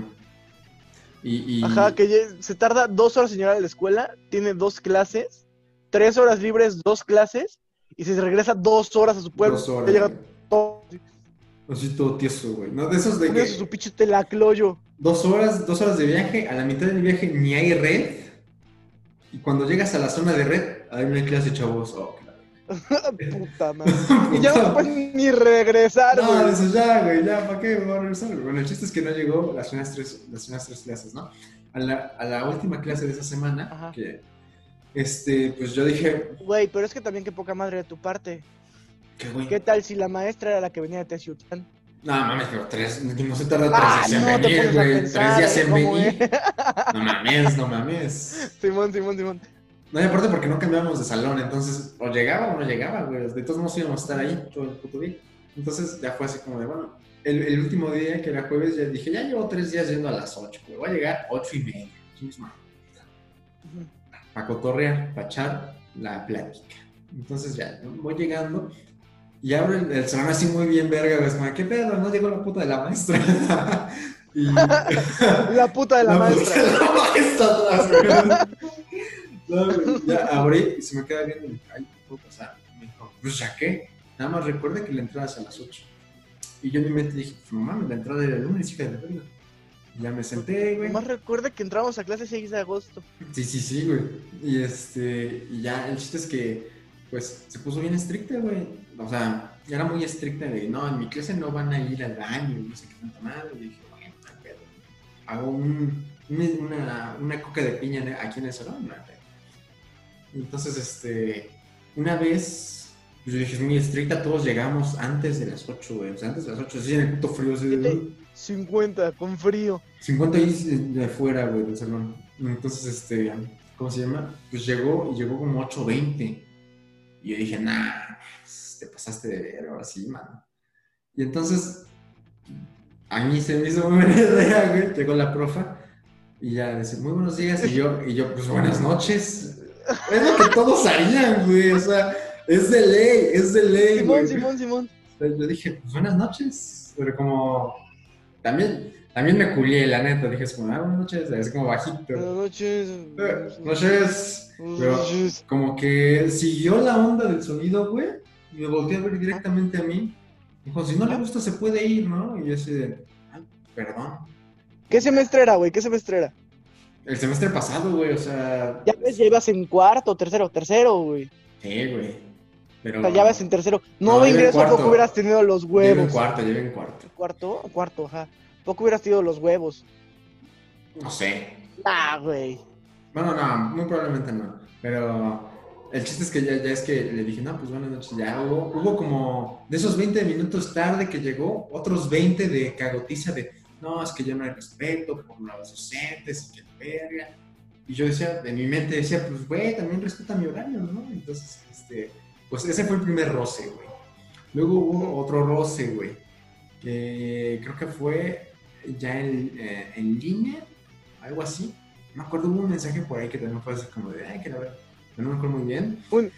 Speaker 1: Y. y-
Speaker 2: Ajá, que lle- se tarda dos horas en llegar a la escuela, tiene dos clases, tres horas libres, dos clases, y se regresa dos horas a su pueblo.
Speaker 1: dos horas,
Speaker 2: ya llega
Speaker 1: güey.
Speaker 2: todo.
Speaker 1: Así todo tieso, güey. No, de esos de
Speaker 2: Pone
Speaker 1: que.
Speaker 2: eso su pinche telacloyo.
Speaker 1: Dos horas, dos horas de viaje, a la mitad del viaje ni hay red. Y cuando llegas a la zona de red, hay una clase, chavos. Oh, claro.
Speaker 2: Puta madre. Y ya no puedes ni regresar, güey.
Speaker 1: No, eso ya, güey, ya, ¿para qué me voy a regresar? güey? Bueno, el chiste es que no llegó las primeras tres, las primeras tres clases, ¿no? A la, a la última clase de esa semana,
Speaker 2: Ajá.
Speaker 1: que, este, pues yo dije,
Speaker 2: Güey, pero es que también qué poca madre de tu parte.
Speaker 1: ¿qué güey?
Speaker 2: ¿Qué tal si la maestra era la que venía de Teciutlán?
Speaker 1: No, mames, pero tres, no se tarda tres
Speaker 2: Ah,
Speaker 1: días
Speaker 2: no,
Speaker 1: en
Speaker 2: te
Speaker 1: venir,
Speaker 2: pones a
Speaker 1: güey, tres
Speaker 2: pensar, eh,
Speaker 1: días en
Speaker 2: ¿cómo
Speaker 1: venir. No mames, no mames.
Speaker 2: Simón, Simón, Simón.
Speaker 1: No, y aparte porque no cambiábamos de salón, entonces, o llegaba o no llegaba, güey, de todos modos íbamos a estar ahí todo el puto día. Entonces ya fue así como de, bueno, el, el último día que era jueves, ya dije, ya llevo tres días yendo a las ocho, güey, voy a llegar ocho y media, chingos, madre. para cotorrear, para echar la plática. Entonces ya, ¿no? voy llegando y abro el, el salón así muy bien verga, güey, es como, ¿qué pedo? No llegó la puta de la maestra. y
Speaker 2: La puta de la maestra.
Speaker 1: puta de la maestra atrás, güey. No, güey, ya abrí y se me queda viendo y me dijo, ay, ¿qué puedo pasar? Y me dijo, pues ya qué, nada más recuerda que la entrada es a las 8. Y yo en mi mente dije, "Pues, no mames, la entrada era el lunes, hija de la verga. Y ya me senté, güey.
Speaker 2: Más recuerda que entramos a clase 6 de agosto.
Speaker 1: Sí, sí, sí, güey. Y este, y ya, el chiste es que, pues, se puso bien estricta, güey. O sea, ya era muy estricta de, no, en mi clase no van a ir al baño, y no sé qué tanta madre. Y dije, bueno, no hay pedo. Hago un, un- una, una coca de piña en- aquí en el salón, no hay pedo. Entonces, este, una vez, pues, yo dije, es muy estricta, todos llegamos antes de las 8, güey. O sea, antes de las 8, así en el puto frío, así de,
Speaker 2: Siete.
Speaker 1: "Uh".
Speaker 2: 50, con frío.
Speaker 1: 50 ahí de afuera, güey, del salón. Entonces, este, ¿cómo se llama? Pues llegó y llegó como 8.20. Y yo dije, nah, pues, te pasaste de ver, ahora sí, mano. Y entonces, a mí se me hizo muy buena idea, güey. Llegó la profa y ya dice, muy buenos días. Y yo, y yo pues buenas noches. Es lo que todos harían, güey. O sea, es de ley, es de ley,
Speaker 2: Simón,
Speaker 1: güey.
Speaker 2: Simón, Simón.
Speaker 1: Entonces yo dije, pues buenas noches, pero como también, también me culié, la neta, dije, es como, ah, buenas noches, es como
Speaker 2: Buenas
Speaker 1: bajito.
Speaker 2: noches.
Speaker 1: Eh, Noches,
Speaker 2: Buenas noches.
Speaker 1: como que siguió la onda del sonido, güey, y me volteó a ver directamente a mí. Dijo, si no le gusta se puede ir, ¿no? Y yo así de, "Ah, perdón.
Speaker 2: ¿Qué semestre era, güey? ¿Qué semestre era?
Speaker 1: El semestre pasado, güey, o sea,
Speaker 2: Ya ves, ya ibas en cuarto, tercero, tercero, güey.
Speaker 1: sí, güey. Pero,
Speaker 2: O sea, ya vas en tercero. No,
Speaker 1: No,
Speaker 2: ve
Speaker 1: iba en
Speaker 2: ingreso, ¿a poco
Speaker 1: cuarto.
Speaker 2: hubieras tenido los
Speaker 1: llevo en
Speaker 2: huevos?
Speaker 1: cuarto, llevo en cuarto.
Speaker 2: ¿Cuarto? Cuarto, ajá. ¿A poco hubieras tenido los huevos?
Speaker 1: No sé,
Speaker 2: Ah, güey.
Speaker 1: Bueno, no, muy probablemente no. Pero el chiste es que ya, ya es que le dije, no, pues buenas noches. Ya hubo, hubo como de esos 20 minutos tarde que llegó, otros 20 de cagotiza de, no, es que yo no hay respeto por los docentes y que la verga. Y yo decía, en mi mente decía, pues güey, también respeta mi horario, ¿no? Entonces, este, pues ese fue el primer roce, güey. Luego hubo otro roce, güey, que creo que fue ya en, eh, en línea, algo así me acuerdo hubo un mensaje por ahí que también fue así como de, ay, que la verdad, no me acuerdo muy bien.
Speaker 2: Un,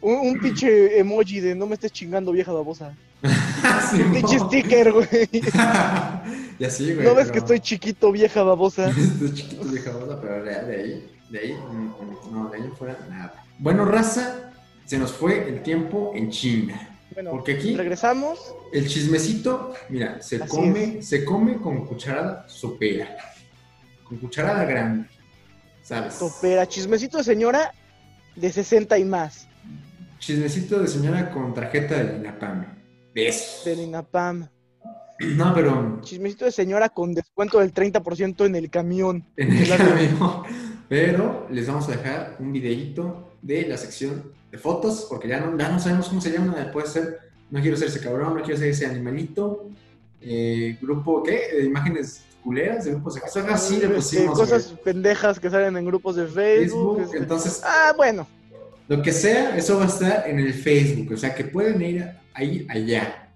Speaker 2: un, un pinche emoji de no me estés chingando, vieja babosa.
Speaker 1: Sí,
Speaker 2: Un pinche sticker, güey.
Speaker 1: y así, güey.
Speaker 2: ¿No ves
Speaker 1: pero-
Speaker 2: que estoy chiquito, vieja babosa?
Speaker 1: Estoy chiquito de jabosa, pero de, de ahí, de ahí, mm, mm, no, de ahí en fuera, nada. Bueno, raza, se nos fue el tiempo en China.
Speaker 2: Bueno,
Speaker 1: Porque aquí
Speaker 2: regresamos.
Speaker 1: el chismecito, mira, se
Speaker 2: Así
Speaker 1: come, se come con cucharada sopera. Con cucharada grande. ¿Sabes?
Speaker 2: Topera, chismecito de señora de 60 y más.
Speaker 1: Chismecito de señora con tarjeta de Inapame. De eso.
Speaker 2: Del INAPAM.
Speaker 1: No, pero
Speaker 2: Chismecito de señora con descuento del 30% en el camión.
Speaker 1: en el
Speaker 2: Claro.
Speaker 1: camino. Pero les vamos a dejar un videíto de la sección de fotos, porque ya no, ya no sabemos cómo se llama. Puede ser, no quiero ser ese cabrón, no quiero ser ese animalito. eh, grupo, ¿qué? De imágenes culeras, de grupos de cosas así Ah, le
Speaker 2: Eh,
Speaker 1: pusimos.
Speaker 2: cosas
Speaker 1: güey.
Speaker 2: pendejas que salen en grupos de Facebook.
Speaker 1: Facebook,
Speaker 2: este.
Speaker 1: entonces
Speaker 2: Ah, bueno.
Speaker 1: Lo que sea, eso va a estar en el Facebook. O sea, que pueden ir ahí, allá,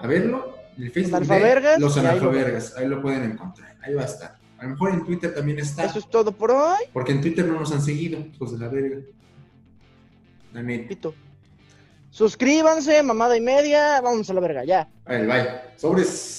Speaker 1: a verlo. En el Facebook
Speaker 2: Analfabergas,
Speaker 1: de los
Speaker 2: y ahí lo
Speaker 1: analfabergas. Ahí lo pueden encontrar. Ahí va a estar. A lo mejor en Twitter también está.
Speaker 2: Eso es todo por hoy.
Speaker 1: Porque en Twitter no nos han seguido, hijos de la verga. La neta.
Speaker 2: Pito. Suscríbanse, mamada y media. Vamos a la verga, ya.
Speaker 1: A ver, bye. Sobres.